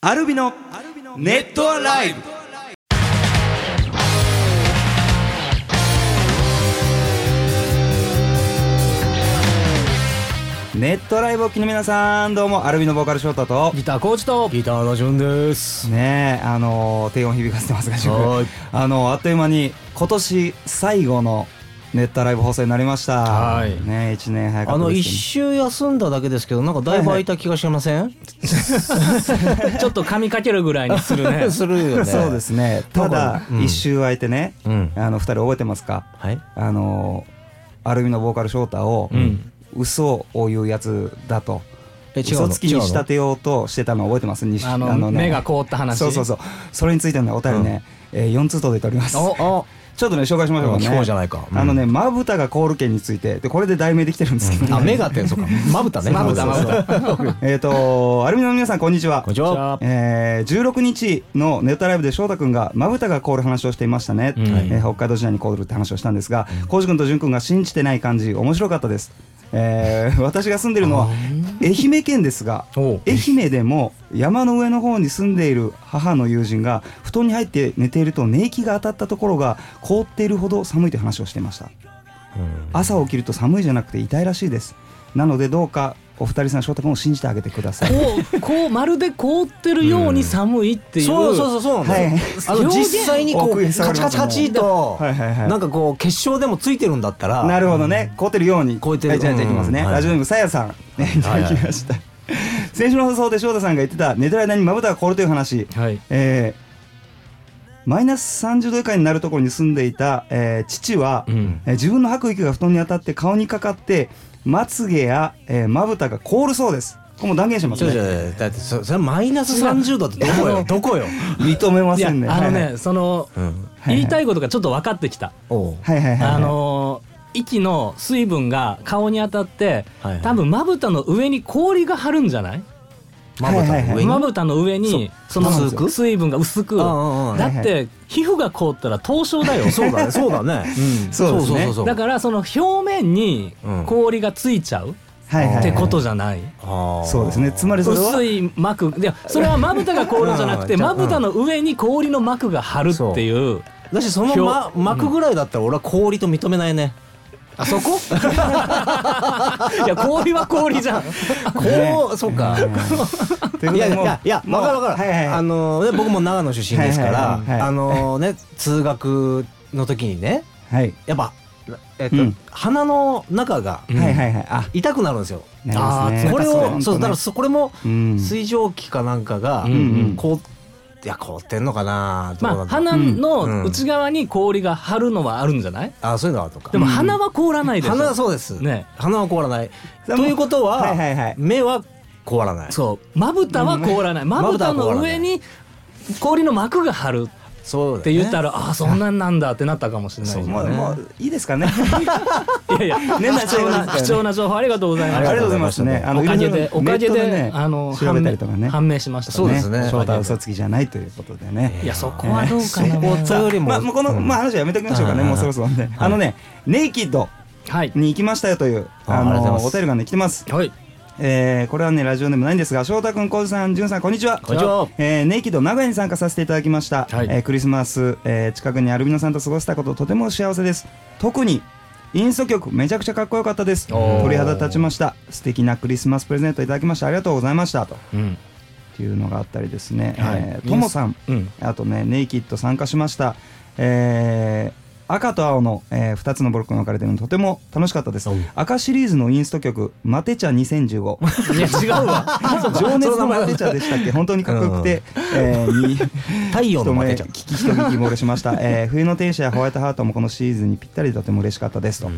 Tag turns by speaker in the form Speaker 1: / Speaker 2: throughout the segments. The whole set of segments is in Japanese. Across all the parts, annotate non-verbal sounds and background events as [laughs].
Speaker 1: アルビのネットアライブネットライブを機の皆さんどうもアルビのボーカルショートと
Speaker 2: ギターコーチとギターのジュンです
Speaker 1: ねえあのー低音響かせてますが
Speaker 2: はーい
Speaker 1: あのーあっという間に今年最後のネットライブ放送になりました
Speaker 2: はい
Speaker 1: ねえ1年早か
Speaker 2: あ
Speaker 1: った
Speaker 2: の
Speaker 1: で
Speaker 2: 一
Speaker 1: す
Speaker 2: 周休んだだけですけどなんかだいぶ空いた気がしません、。
Speaker 3: ちょっと髪かけるぐらいにするね
Speaker 2: [laughs] するよ
Speaker 1: け
Speaker 2: ね、
Speaker 1: どそうですすねただ
Speaker 2: うん
Speaker 1: 一周空いてね
Speaker 2: うん、
Speaker 1: あの2人覚えてますか
Speaker 2: はい
Speaker 1: あのアルミのボーカル翔太を
Speaker 3: うん。
Speaker 1: 嘘を言うやつだと、
Speaker 2: え違うの
Speaker 1: 嘘つきに仕立てようとしてたの覚えてますにし
Speaker 3: あの、
Speaker 1: ね
Speaker 3: 目が凍った話。
Speaker 1: そうそうそうそれについてのねお便りね、えー、4通届いております
Speaker 2: 違うのおお
Speaker 1: ちょっとね紹介しましょうかね
Speaker 2: 聞こうじゃないか、うん
Speaker 1: あのねまぶたが凍る件についてでこれで題名できてるんですけど、ね
Speaker 2: あ目がってそうかま
Speaker 1: [laughs]
Speaker 2: ぶたね
Speaker 3: まぶたまぶた
Speaker 2: こ
Speaker 1: えっとアルミの皆さんこんにちは
Speaker 2: んにちは
Speaker 1: えー、16日のネタライブで翔太君がまぶたが凍る話をしていましたね、
Speaker 3: うん
Speaker 1: えー北海道時代に凍るって話をしたんですが浩司、君と淳君が信じてない感じ面白かったです、え
Speaker 2: [laughs]
Speaker 1: ー私が住んでるのは愛媛県ですが
Speaker 2: おう
Speaker 1: 愛媛でも山の上の方に住んでいる母の友人が布団に入って寝ていると寝息が当たったところが凍っているほど寒いという話をしていました朝起きると寒いじゃなくて痛いらしいですなのでどうかお二人さん翔太君を信じてあげてください
Speaker 3: こう、こう、まるで凍ってるように寒いっていう。
Speaker 2: そうそうそうそうなんだよ、
Speaker 1: はい
Speaker 2: あの実際にこう
Speaker 1: 奥へ触
Speaker 2: カ
Speaker 1: り
Speaker 2: チ
Speaker 1: ま
Speaker 2: カ
Speaker 1: す
Speaker 2: チ
Speaker 1: ね
Speaker 2: カチと
Speaker 1: はいはいはい
Speaker 2: なんかこう結晶でもついてるんだったら
Speaker 1: なるほどね、凍ってるように。
Speaker 2: 凍ってる
Speaker 1: はいじゃあ、じゃあ、いきますね。
Speaker 2: うんはい
Speaker 1: ラジオネームさやさん。ね、いただきました。先週の放送で翔太さんが言ってた、寝てる間にまぶたが凍るという話。
Speaker 3: はい。
Speaker 1: えーマイナス30度以下になるところに住んでいた、えー父は、
Speaker 2: うん
Speaker 1: えー自分の吐く息が布団に当たって顔にかかってまつげやえーまぶたが凍るそうです。これもう断言してます
Speaker 2: ちょちょ
Speaker 1: ね。
Speaker 2: だってそそれマイナス30度ってどこよどこよ、
Speaker 1: 認めま
Speaker 3: い
Speaker 1: せ
Speaker 3: や、あ
Speaker 1: んね。
Speaker 3: の
Speaker 1: はいはい
Speaker 3: ね、その、
Speaker 2: うん、
Speaker 1: いはい
Speaker 3: 言いたいことがちょっと分かってきた。
Speaker 2: おう
Speaker 1: はいはいはいはい。
Speaker 3: あのー、息の水分が顔に当たって
Speaker 2: はいはい、
Speaker 3: 多分まぶたの上に氷が張るんじゃない
Speaker 2: まぶたの上に、
Speaker 1: はいはい
Speaker 3: まぶたの上に、その
Speaker 1: 薄
Speaker 2: く
Speaker 3: 水分が薄く。
Speaker 2: うんうんうん
Speaker 3: だって、皮膚が凍ったら凍傷
Speaker 2: [laughs]
Speaker 3: だよ。
Speaker 2: そうだね、そうだね。うん
Speaker 1: そうですね
Speaker 3: だからその表面に
Speaker 2: うん
Speaker 3: 氷がついちゃう
Speaker 1: はいはいはい
Speaker 3: ってことじゃない。
Speaker 2: ら
Speaker 1: そうですね。つまりそれは
Speaker 3: 薄い膜いやそれはまぶたが凍るんじゃなく
Speaker 2: う
Speaker 3: て
Speaker 2: んじゃあ
Speaker 3: まぶたの上に氷の膜が張るっていう
Speaker 2: だし、その、ま、膜ぐらいだったら、俺は氷と認めないね。あそこ。
Speaker 3: いや氷は氷じゃん
Speaker 2: [laughs] こう、そうか。
Speaker 1: ということ
Speaker 2: い
Speaker 1: で
Speaker 2: やい
Speaker 1: もう
Speaker 2: やいや
Speaker 1: もう
Speaker 2: わかるわか
Speaker 1: はいはいはい
Speaker 2: るあのね僕も長野出身ですか
Speaker 1: はい
Speaker 2: ら
Speaker 1: はいはいはい
Speaker 2: あのね通学の時にね
Speaker 1: はい
Speaker 2: やっぱえっ
Speaker 1: う
Speaker 2: と
Speaker 1: ん
Speaker 2: 鼻の中が
Speaker 3: うん
Speaker 1: はいはいはい。あ、
Speaker 2: 痛くなるんですよ
Speaker 1: なりますね。
Speaker 2: これ
Speaker 1: 本当
Speaker 2: を
Speaker 1: ね
Speaker 2: そうだからそこれも
Speaker 1: うん
Speaker 2: 水蒸気かなんかが
Speaker 3: うん
Speaker 1: うん
Speaker 2: こういや凍ってんのかなどう
Speaker 3: ま
Speaker 2: な
Speaker 3: あ
Speaker 2: んだろう
Speaker 3: 鼻の
Speaker 2: うん
Speaker 3: 内側に氷が張るのはあるんじゃない
Speaker 2: あそういうのはとか
Speaker 3: でも鼻は凍らないでしょ
Speaker 2: 鼻はそうです、
Speaker 3: ね
Speaker 2: 鼻は凍らない
Speaker 1: で
Speaker 2: と
Speaker 1: も
Speaker 2: いうことは,、
Speaker 1: はいはいはい
Speaker 2: 目は凍らないそ
Speaker 3: そうまぶたは凍らないまぶたの上に氷の膜が張る
Speaker 2: う
Speaker 3: って言った
Speaker 2: ら
Speaker 3: らああそんなんなんだってなったかもしれな
Speaker 2: そう
Speaker 3: い
Speaker 2: ね
Speaker 1: もうもういいですか
Speaker 2: [laughs]
Speaker 1: ね。
Speaker 3: いやいや、
Speaker 1: ね
Speaker 3: 貴重な、貴重な情報ありがとうござい
Speaker 1: あ
Speaker 3: ま
Speaker 1: り
Speaker 3: し
Speaker 1: が
Speaker 3: た
Speaker 1: とうございますね。あの
Speaker 3: おかげで、おかげ
Speaker 1: ネット
Speaker 3: で、
Speaker 1: ね
Speaker 3: あの、
Speaker 1: 調べたりとかね。
Speaker 3: 判明しましたね。
Speaker 2: そうですね
Speaker 1: 翔太は嘘つきじゃないということで
Speaker 3: い
Speaker 1: ね。
Speaker 3: や、そこはどうかな。
Speaker 2: そこよりも、
Speaker 1: まあもうこの
Speaker 2: うん
Speaker 1: まあ話はやめておきましょうかね。
Speaker 2: うん
Speaker 1: もうそろそろね。あのね、ネイキッド
Speaker 3: はい。
Speaker 1: に行きましたよという
Speaker 2: あ
Speaker 1: あ
Speaker 2: ありがとうございま
Speaker 1: の
Speaker 2: す
Speaker 1: お便りがね来てます。
Speaker 3: はい。
Speaker 1: えーこれはねラジオネームないんですが翔太君、浩二さん、淳さんこんにちは。
Speaker 2: こんにちは
Speaker 1: えーネイキッド名古屋に参加させていただきました、
Speaker 3: はい
Speaker 1: えークリスマス、えー近くにアルビノさんと過ごしたこととても幸せです特にインスト曲めちゃくちゃかっこよかったです
Speaker 3: おー
Speaker 1: 鳥肌立ちました素敵なクリスマスプレゼントいただきましてありがとうございましたと
Speaker 3: うん。
Speaker 1: っていうのがあったりですね、
Speaker 3: はい
Speaker 1: えーともさん
Speaker 3: うん。
Speaker 1: あとねネイキッド参加しました、えー赤と青の、え2つのブロックに分かれてるのとても楽しかったです
Speaker 2: おう
Speaker 1: 赤シリーズのインスト曲「マテ茶2015」
Speaker 3: いや、違うわ。
Speaker 1: [laughs] 情熱のマテ茶でしたっけ本当にかっこよくて、えーに
Speaker 2: 太陽のマテ茶
Speaker 1: 一目聞き一聞き漏れしま
Speaker 2: [laughs]
Speaker 1: した、えー冬の天使やホワイトハートもこのシリーズンにぴったりでとても嬉しかったですと、
Speaker 3: ん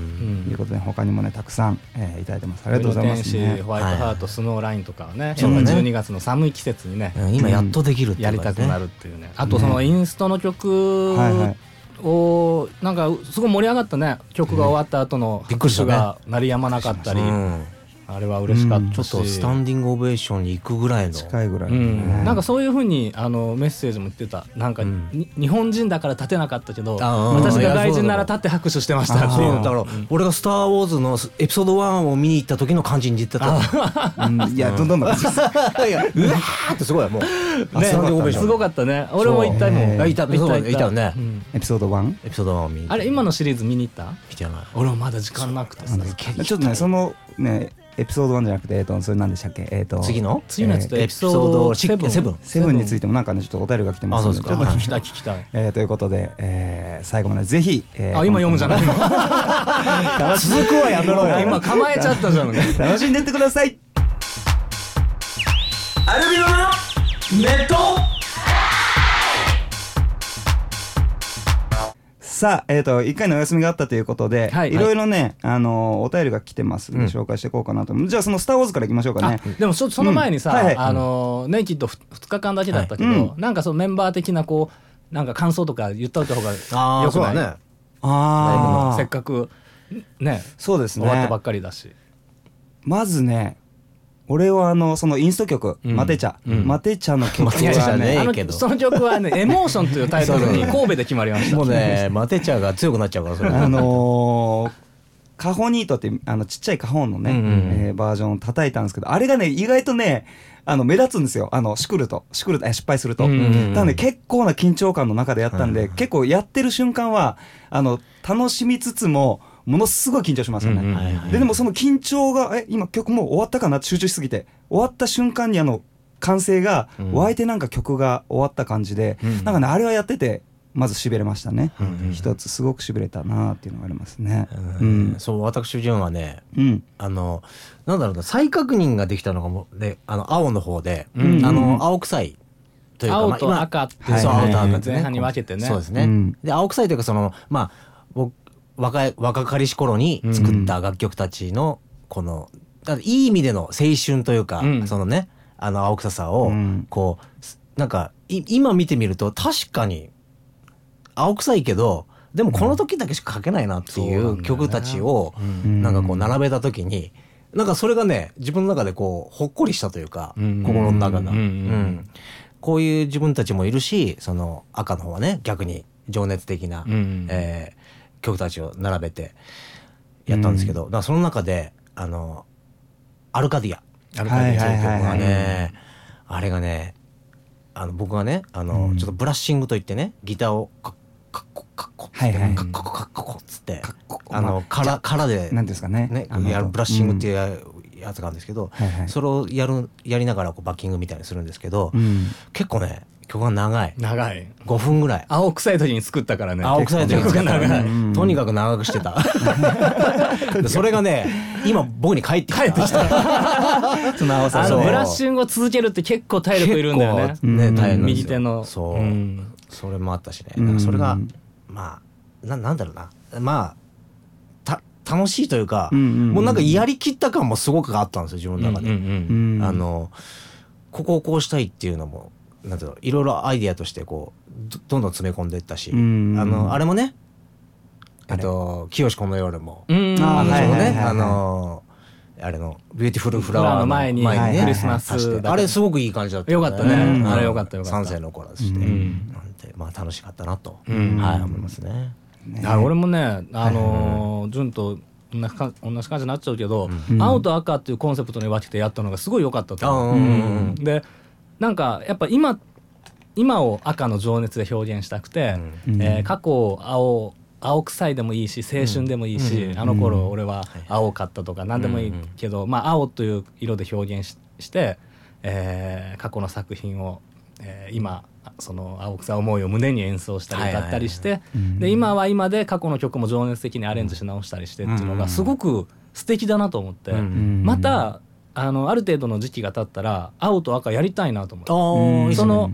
Speaker 1: いうことで他にもねたくさん、えーいただいてますありがとうございます、
Speaker 3: 天使
Speaker 1: ね、
Speaker 3: ホワイトハート、スノーラインとかはね、
Speaker 2: そうだね
Speaker 3: 12月の寒い季節にね、
Speaker 2: うん今やっとできるって
Speaker 3: やりたくな
Speaker 2: る
Speaker 3: るっていうね。あと、そのインストの曲
Speaker 1: はいはい
Speaker 3: を、なんか、すごい盛り上がったね。曲が終わった後の
Speaker 2: びっくりし
Speaker 3: 拍
Speaker 2: た
Speaker 3: 手
Speaker 2: ね
Speaker 3: が鳴りやまなかったり。あれは嬉しかったし、
Speaker 1: うん
Speaker 2: ちょっとスタンディングオベーションに行くぐらいの
Speaker 1: 近いぐらい、
Speaker 3: うん、なんか
Speaker 1: そ
Speaker 3: そういうふうにあのメッセージも言ってたなんか、
Speaker 2: うん
Speaker 3: に日本人だから立てなかったけど
Speaker 2: あー
Speaker 3: 私
Speaker 2: いや
Speaker 3: が外
Speaker 2: そう
Speaker 3: 人
Speaker 2: だ
Speaker 3: なら立って拍手してまし
Speaker 2: あ
Speaker 3: たってい
Speaker 2: そううだから、俺が「スター・ウォーズ」のエピソード1を見に行った時の感じに似
Speaker 3: [laughs]
Speaker 2: てた
Speaker 1: うん、いやどんどんどん
Speaker 2: いやうわーってすごいもうあ
Speaker 3: ね
Speaker 2: スタンディングオベーション
Speaker 3: すごかったね俺も行ったも
Speaker 1: そ
Speaker 3: ん
Speaker 1: う
Speaker 2: あいたそうだね
Speaker 3: 行った
Speaker 2: いたよね
Speaker 3: うん
Speaker 1: エピソード1
Speaker 2: エピソード1を見に行った
Speaker 3: あれ今のシリーズ見に行った
Speaker 2: 見てない
Speaker 3: 俺もまだ時間なくてさ
Speaker 1: ちょっとねそのねエピソード1じゃなくて、えっと、それ何でしたっけ、えっと、
Speaker 2: 次の
Speaker 3: 次のやつと
Speaker 2: えー
Speaker 3: エピソード
Speaker 2: エピソードシックセブン
Speaker 3: 7
Speaker 1: セブンについてもなんかねちょっとお便りが来てますので
Speaker 2: あそう
Speaker 1: ち
Speaker 2: で
Speaker 1: ょっ
Speaker 2: すか
Speaker 1: と
Speaker 3: 聞きたい聞きたい
Speaker 1: えーということで、えー最後までぜひ、えー
Speaker 3: あ今読むじゃない
Speaker 1: 続くはやめろよ
Speaker 3: 今構えちゃったじゃんね
Speaker 1: 楽しんでってくださいさあ、えっ、と、一回のお休みがあったということで、、
Speaker 3: はいい
Speaker 1: ろいろね、あのーお便りが来てますんで、
Speaker 2: うん
Speaker 1: 紹介していこうかなと思う。じゃあ、そのスターウォーズからいきましょうかね。
Speaker 3: でもそその前にさ、
Speaker 1: うんはいはい
Speaker 3: あのネイキッド2日間だけだったけど、
Speaker 1: はいうん
Speaker 3: なんかそのメンバー的なこうなんか感想とか言った方が
Speaker 2: あ
Speaker 3: よ
Speaker 2: あ
Speaker 3: く
Speaker 2: そう
Speaker 3: な
Speaker 2: だ
Speaker 3: い、
Speaker 2: ね
Speaker 1: ああ、
Speaker 3: せっかくね
Speaker 1: そうです
Speaker 3: 終
Speaker 1: ね。
Speaker 3: わったばっかりだし、
Speaker 1: まずね、俺はあの、そのインスト曲、
Speaker 3: うん
Speaker 1: マテ茶、
Speaker 2: うん
Speaker 1: マテ茶の曲
Speaker 2: マテ茶
Speaker 1: は
Speaker 2: ね
Speaker 1: ね、
Speaker 3: あの
Speaker 2: けど
Speaker 3: その曲はね「エモーション」というタイトルに神戸で決まりました
Speaker 2: もうねマテチャが強くなっちゃうからそれ
Speaker 1: あのーカホニートってあのちっちゃいカホーンのね、
Speaker 2: うんうん
Speaker 1: えーバージョンを叩いたんですけどあれがね意外とねあの目立つんですよあのしくるとしくるとえ失敗すると、
Speaker 3: うんうんうん
Speaker 1: ただね結構な緊張感の中でやったんで、
Speaker 2: はいはい
Speaker 1: 結構やってる瞬間はあの楽しみつつもものすごい緊張しますよね、
Speaker 3: うんうん
Speaker 2: はいはい
Speaker 1: ででもその緊張がえ今曲もう終わったかなって集中しすぎて終わった瞬間にあの歓声が
Speaker 2: うん
Speaker 1: 湧いてなんか曲が終わった感じで、
Speaker 2: うん
Speaker 1: なんかねあれはやっててまずしびれましたね、
Speaker 2: うんうん
Speaker 1: 一つすごくしびれたなっていうのがありますね。う
Speaker 2: うんん、そう私ジュンはね
Speaker 1: うん
Speaker 2: あのなんだろうな再確認ができたのがもうであの青の方で、
Speaker 1: うん
Speaker 2: あ
Speaker 1: うん
Speaker 2: の青臭いというか、
Speaker 3: 青
Speaker 2: まあ
Speaker 3: と
Speaker 2: 今
Speaker 3: 赤って
Speaker 1: はい
Speaker 2: そう
Speaker 1: はい
Speaker 2: 青と赤ってね
Speaker 3: 前半に分けてね
Speaker 2: そうですね、
Speaker 1: うん
Speaker 2: で青臭いというかそのまあ僕若い若かりし頃に作った楽曲たちのこの、だからいい意味での青春というか、
Speaker 3: うん
Speaker 2: そのねあの青臭さを
Speaker 1: うん
Speaker 2: こう、すなんかい今見てみると確かに青臭いけどでもこの時だけしか書けないなってい
Speaker 3: そうなんだよ
Speaker 2: う
Speaker 3: ね
Speaker 2: 曲たちを
Speaker 1: うん
Speaker 2: なんかこう並べた時になんかそれがね自分の中でこうほっこりしたというか
Speaker 3: うん
Speaker 2: 心の中が、
Speaker 3: う
Speaker 2: う
Speaker 3: ん
Speaker 2: んこういう自分たちもいるしその赤の方はね逆に情熱的な、
Speaker 3: うん
Speaker 2: えー曲たちを並べてやったんですけど、だからその中であの「アルカディア」
Speaker 3: アルカディア
Speaker 1: はいはい
Speaker 2: 曲が
Speaker 1: はい
Speaker 2: ねあれがねあの僕がねあの、
Speaker 1: うん
Speaker 2: ちょっとブラッシングといってねギターをカッカッコカッコ
Speaker 1: はいはい
Speaker 2: カッコカッコカッコっつって
Speaker 1: かっこ
Speaker 2: あの殻殻
Speaker 1: なん
Speaker 2: で
Speaker 1: ていうんですかね
Speaker 2: ね
Speaker 1: あの
Speaker 2: やるブラッシングっていうややつがあるんですけど、
Speaker 1: はいはい
Speaker 2: それをやるやりながらこうバッキングみたいにするんですけど、
Speaker 1: うん
Speaker 2: 結構ね曲が長い
Speaker 3: 長い
Speaker 2: 5分ぐらい
Speaker 3: 青臭い時に作ったからね
Speaker 2: 青臭いという
Speaker 3: 曲
Speaker 2: か
Speaker 3: が長い
Speaker 1: うん
Speaker 2: とにかく長くしてたでそれがね今僕に返ってきた
Speaker 3: 帰ってきた
Speaker 1: その青さ
Speaker 3: あ
Speaker 1: そ
Speaker 3: の
Speaker 1: う
Speaker 3: ブラッシングを続けるって結構体力いるんだよね
Speaker 2: 結構ね
Speaker 1: うん
Speaker 2: 大変なんですよ
Speaker 3: 右手の
Speaker 2: そう、
Speaker 3: うん
Speaker 2: それもあったしね
Speaker 1: うん
Speaker 2: だからそれがまあななんだろうなまあた楽しいというか、
Speaker 1: うんうんうん
Speaker 2: もうなんかやりきった感もすごくあったんですよ自分の中で、
Speaker 3: うんうんうん
Speaker 1: うん
Speaker 2: あのここをこうしたいっていうのもなんていうのいろいろアイディアとしてこうどどんどん詰め込んでいったし、
Speaker 1: うん
Speaker 2: あのあれもね
Speaker 1: あ
Speaker 2: え
Speaker 1: れ
Speaker 2: っと「清この夜」も、
Speaker 3: うん
Speaker 1: あ
Speaker 2: あの
Speaker 1: はいはいはいはい
Speaker 2: ねあのあれの「ビューティフルフラワー」の
Speaker 3: 前に
Speaker 1: 前にね
Speaker 3: クリスマス
Speaker 2: 足して
Speaker 3: だ
Speaker 2: あれすごくいい感じだった
Speaker 3: よかったね
Speaker 1: うん
Speaker 3: あれよかったよかっ
Speaker 2: 3
Speaker 3: た
Speaker 2: 世の頃でして、
Speaker 3: うん
Speaker 2: なんてまあ楽しかったなと、
Speaker 3: うん
Speaker 2: はい思いますね。
Speaker 1: ね
Speaker 3: あ俺もねあのー潤と同じか同じ感じになっちゃうけど
Speaker 1: うん
Speaker 3: 青と赤っていうコンセプトに分けてやったのがすごい良かったと思う
Speaker 2: うんうんうん
Speaker 3: うんでなんかやっぱ今今を赤の情熱で表現したくて
Speaker 1: うん
Speaker 3: えー過去を青青臭いでもいいし青春でもいいし、
Speaker 2: うん
Speaker 3: あの頃俺は青かったとか何でもいいけど、まあ、青という色で表現しして、えー過去の作品を、えー今その青臭い思いを胸に演奏した
Speaker 2: は
Speaker 3: り
Speaker 2: いはいはい
Speaker 3: 歌ったりして、
Speaker 1: うん
Speaker 3: で今は今で過去の曲も情熱的にアレンジし直したりしてっていうの
Speaker 2: う
Speaker 3: が
Speaker 2: ん
Speaker 3: すごく素敵だなと思って、
Speaker 1: うん
Speaker 3: またあのある程度の時期が経ったら青と赤やりたいなと思って
Speaker 2: あ
Speaker 1: うん
Speaker 3: その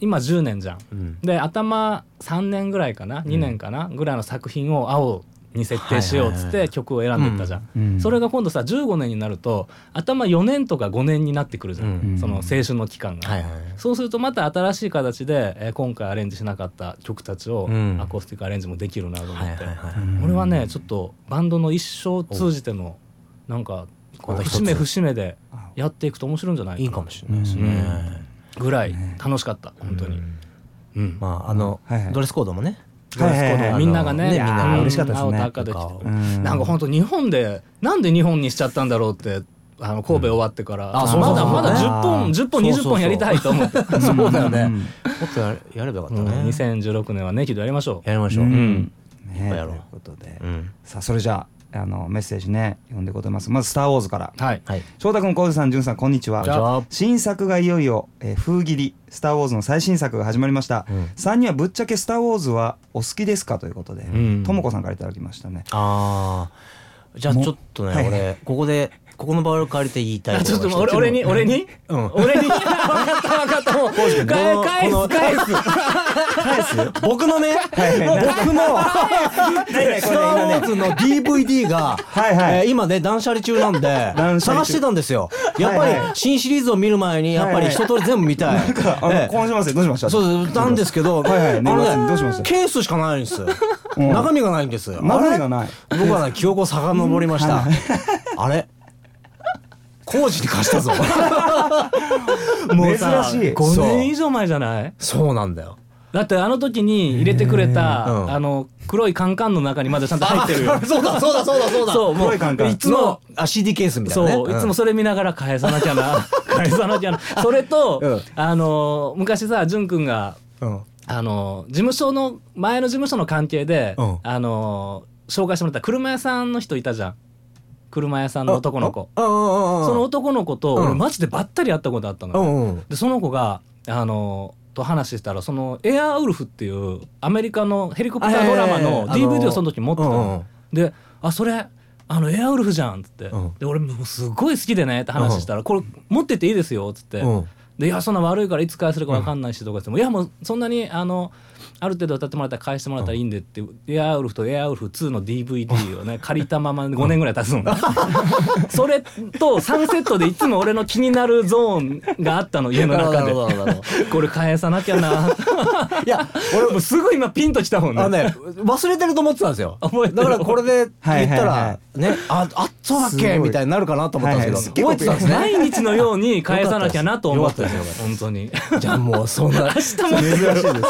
Speaker 3: 今10年じゃん。
Speaker 2: うん
Speaker 3: で頭3年ぐらいかな2年かな、ぐらいの作品を青に設定しようっ
Speaker 2: はい
Speaker 3: つっ
Speaker 2: はいはい
Speaker 3: て曲を選んでったじゃん、
Speaker 1: うん
Speaker 3: それが今度さ15年になると頭4年とか5年になってくるじゃん、
Speaker 1: うん
Speaker 3: その青春の期間が、
Speaker 2: はいはい
Speaker 3: そうするとまた新しい形で、えー今回アレンジしなかった曲たちを
Speaker 2: うん
Speaker 3: アコースティックアレンジもできるなと思って、
Speaker 2: はいはいはい
Speaker 1: うん
Speaker 3: 俺はねちょっとバンドの一生通じてのなんかこ
Speaker 2: ま
Speaker 3: う
Speaker 2: た一つ
Speaker 3: 節目節目でやっていくと面白いんじゃない
Speaker 2: いいかもしれないですね、
Speaker 3: ぐらい楽しかった本当に、うん
Speaker 2: まああの、
Speaker 1: はいはい
Speaker 2: ドレスコードもね
Speaker 1: はいはいはい
Speaker 2: あの
Speaker 3: みんながね
Speaker 2: みん
Speaker 1: あ
Speaker 2: な
Speaker 1: ー
Speaker 2: が
Speaker 1: 嬉しかったですね
Speaker 3: 青と赤で着て
Speaker 1: う
Speaker 3: て
Speaker 1: ん
Speaker 3: なんか本当日本でなんで日本にしちゃったんだろうってあの神戸終わってから、
Speaker 2: あそう
Speaker 1: そう
Speaker 3: まだまだ
Speaker 1: そう
Speaker 3: 10本10本
Speaker 2: そうそう
Speaker 3: 20
Speaker 2: そう
Speaker 3: 本やりたいと思って、
Speaker 2: [laughs] そうだよね、
Speaker 1: う
Speaker 2: も
Speaker 1: ん
Speaker 2: っとややればよかった
Speaker 3: うん
Speaker 2: ね、
Speaker 3: 2016年はねきっとやりましょう
Speaker 2: やりましょう、
Speaker 1: うんね
Speaker 2: ぱやろ
Speaker 1: と
Speaker 2: う
Speaker 1: いうことで、
Speaker 2: うん
Speaker 1: さあそれじゃああのメッセージね読んでいこうと思いますまず「スター・ウォーズ」から
Speaker 3: はい
Speaker 2: はい
Speaker 1: 翔太君浩司さん潤さんこんにちは
Speaker 2: こんにちは
Speaker 1: 新作がいよいよ、えー風切り「スター・ウォーズ」の最新作が始まりました、
Speaker 2: うん
Speaker 1: 3人はぶっちゃけ「スター・ウォーズ」はお好きですかということで
Speaker 3: ん
Speaker 1: とも子さんからいただきましたね
Speaker 2: ああじゃあちょっとね
Speaker 1: もはい
Speaker 2: 俺ここでここの場を借りて言いたい
Speaker 3: あ
Speaker 2: こ
Speaker 3: ちょっ
Speaker 2: と
Speaker 3: と
Speaker 2: が
Speaker 3: 俺
Speaker 2: 一つ
Speaker 3: 俺に俺に、
Speaker 2: うん
Speaker 3: [laughs] 俺に分かった分かった
Speaker 2: [laughs]
Speaker 3: もう返す返す返す
Speaker 2: 僕のね、僕の、スター・ウォーズの DVD が、
Speaker 1: はいはい
Speaker 2: えー今ね、断捨離中なんで、
Speaker 1: 断
Speaker 2: 探
Speaker 1: 捨離中
Speaker 2: してたんですよ。やっぱ
Speaker 1: はいは
Speaker 2: り、新シリーズを見る前に、やっぱり一通り全部見たい。
Speaker 1: あ
Speaker 2: え
Speaker 1: の
Speaker 2: え
Speaker 1: 今週末どうしました
Speaker 2: そうですなんですけど、
Speaker 1: はいはい年末
Speaker 2: あの
Speaker 1: に
Speaker 2: ね
Speaker 1: どうしました
Speaker 2: ケースしかないんですよ。
Speaker 1: うん
Speaker 2: 中身がないんですよ。
Speaker 1: 中身がない
Speaker 2: あれ僕はね、記憶を遡りました。あれ工事に貸したぞ。
Speaker 3: もうさ
Speaker 1: 珍しい
Speaker 3: 5年以上前じゃない
Speaker 2: そうなんだよ。
Speaker 3: だってあの時に入れてくれた、
Speaker 2: うん
Speaker 3: あの黒いカンカンの中にまだちゃんと入ってる [laughs] よ
Speaker 2: [laughs] そうだ、そうだ、そうだ、そうだ。
Speaker 3: そうも
Speaker 1: 黒
Speaker 3: う
Speaker 1: いカンカン
Speaker 3: いつも
Speaker 2: あ CD ケースみたいなね。
Speaker 3: そう、いつも
Speaker 2: ん
Speaker 3: それ見ながら返さなきゃな
Speaker 2: [laughs]
Speaker 3: 返さなきゃなそれと、
Speaker 2: うん
Speaker 3: あのー昔さ潤くんが
Speaker 2: うん
Speaker 3: あのー事務所の前の事務所の関係で、
Speaker 2: うん
Speaker 3: あのー紹介してもらった車屋さんの人いたじゃん車屋さんの男の子
Speaker 2: ああああああ
Speaker 3: その男の子と
Speaker 2: うん
Speaker 3: 俺マジでばったり会ったことあったの
Speaker 2: う
Speaker 3: よ、
Speaker 2: んうん
Speaker 3: でその子があのーと話してたらそのエアーウルフっていうアメリカのヘリコプタードラ
Speaker 2: は
Speaker 3: マの
Speaker 2: いはいはい
Speaker 3: DVD をその時持ってたの、
Speaker 2: うんうん
Speaker 3: で「あそれあのエアウルフじゃん」っつって、
Speaker 2: うん
Speaker 3: で俺もうすごい好きでねって話したら「これ持ってっていいですよ」っつって、
Speaker 2: うん
Speaker 3: で「いやそんな悪いからいつ返せるか分かんないし」とか言っても「いやもうそんなにあのある程度歌ってもらったら返してもらったらいいんで」って、エアウルフとエアウルフ2の DVD をね借りたまま5年ぐらい経つの
Speaker 2: [laughs]
Speaker 3: ねそれと3セットでいつも俺の気になるゾーンがあったの家の
Speaker 2: な
Speaker 3: 中
Speaker 2: る
Speaker 3: で
Speaker 2: ほどなるほどなるほ
Speaker 3: これ返さなきゃな
Speaker 2: どいや
Speaker 3: 俺もうすごい今ピンときたもん
Speaker 2: あの
Speaker 3: ね。
Speaker 2: ね忘れてると思ってたんですよ
Speaker 3: 覚えてる
Speaker 2: だからこれで言った
Speaker 1: はいはいは
Speaker 2: らねああそうだっ
Speaker 1: す
Speaker 2: け
Speaker 1: ごい
Speaker 2: みたいになるかなと思ったんですけど
Speaker 1: はいは
Speaker 2: 覚
Speaker 1: いす
Speaker 2: えて
Speaker 1: げえ
Speaker 2: たんですね
Speaker 3: 毎日のように返さなきゃなと思ってた
Speaker 2: よ
Speaker 3: よ
Speaker 2: かった
Speaker 3: 本当に
Speaker 2: [laughs] じゃあもうそんな
Speaker 1: 珍しいですね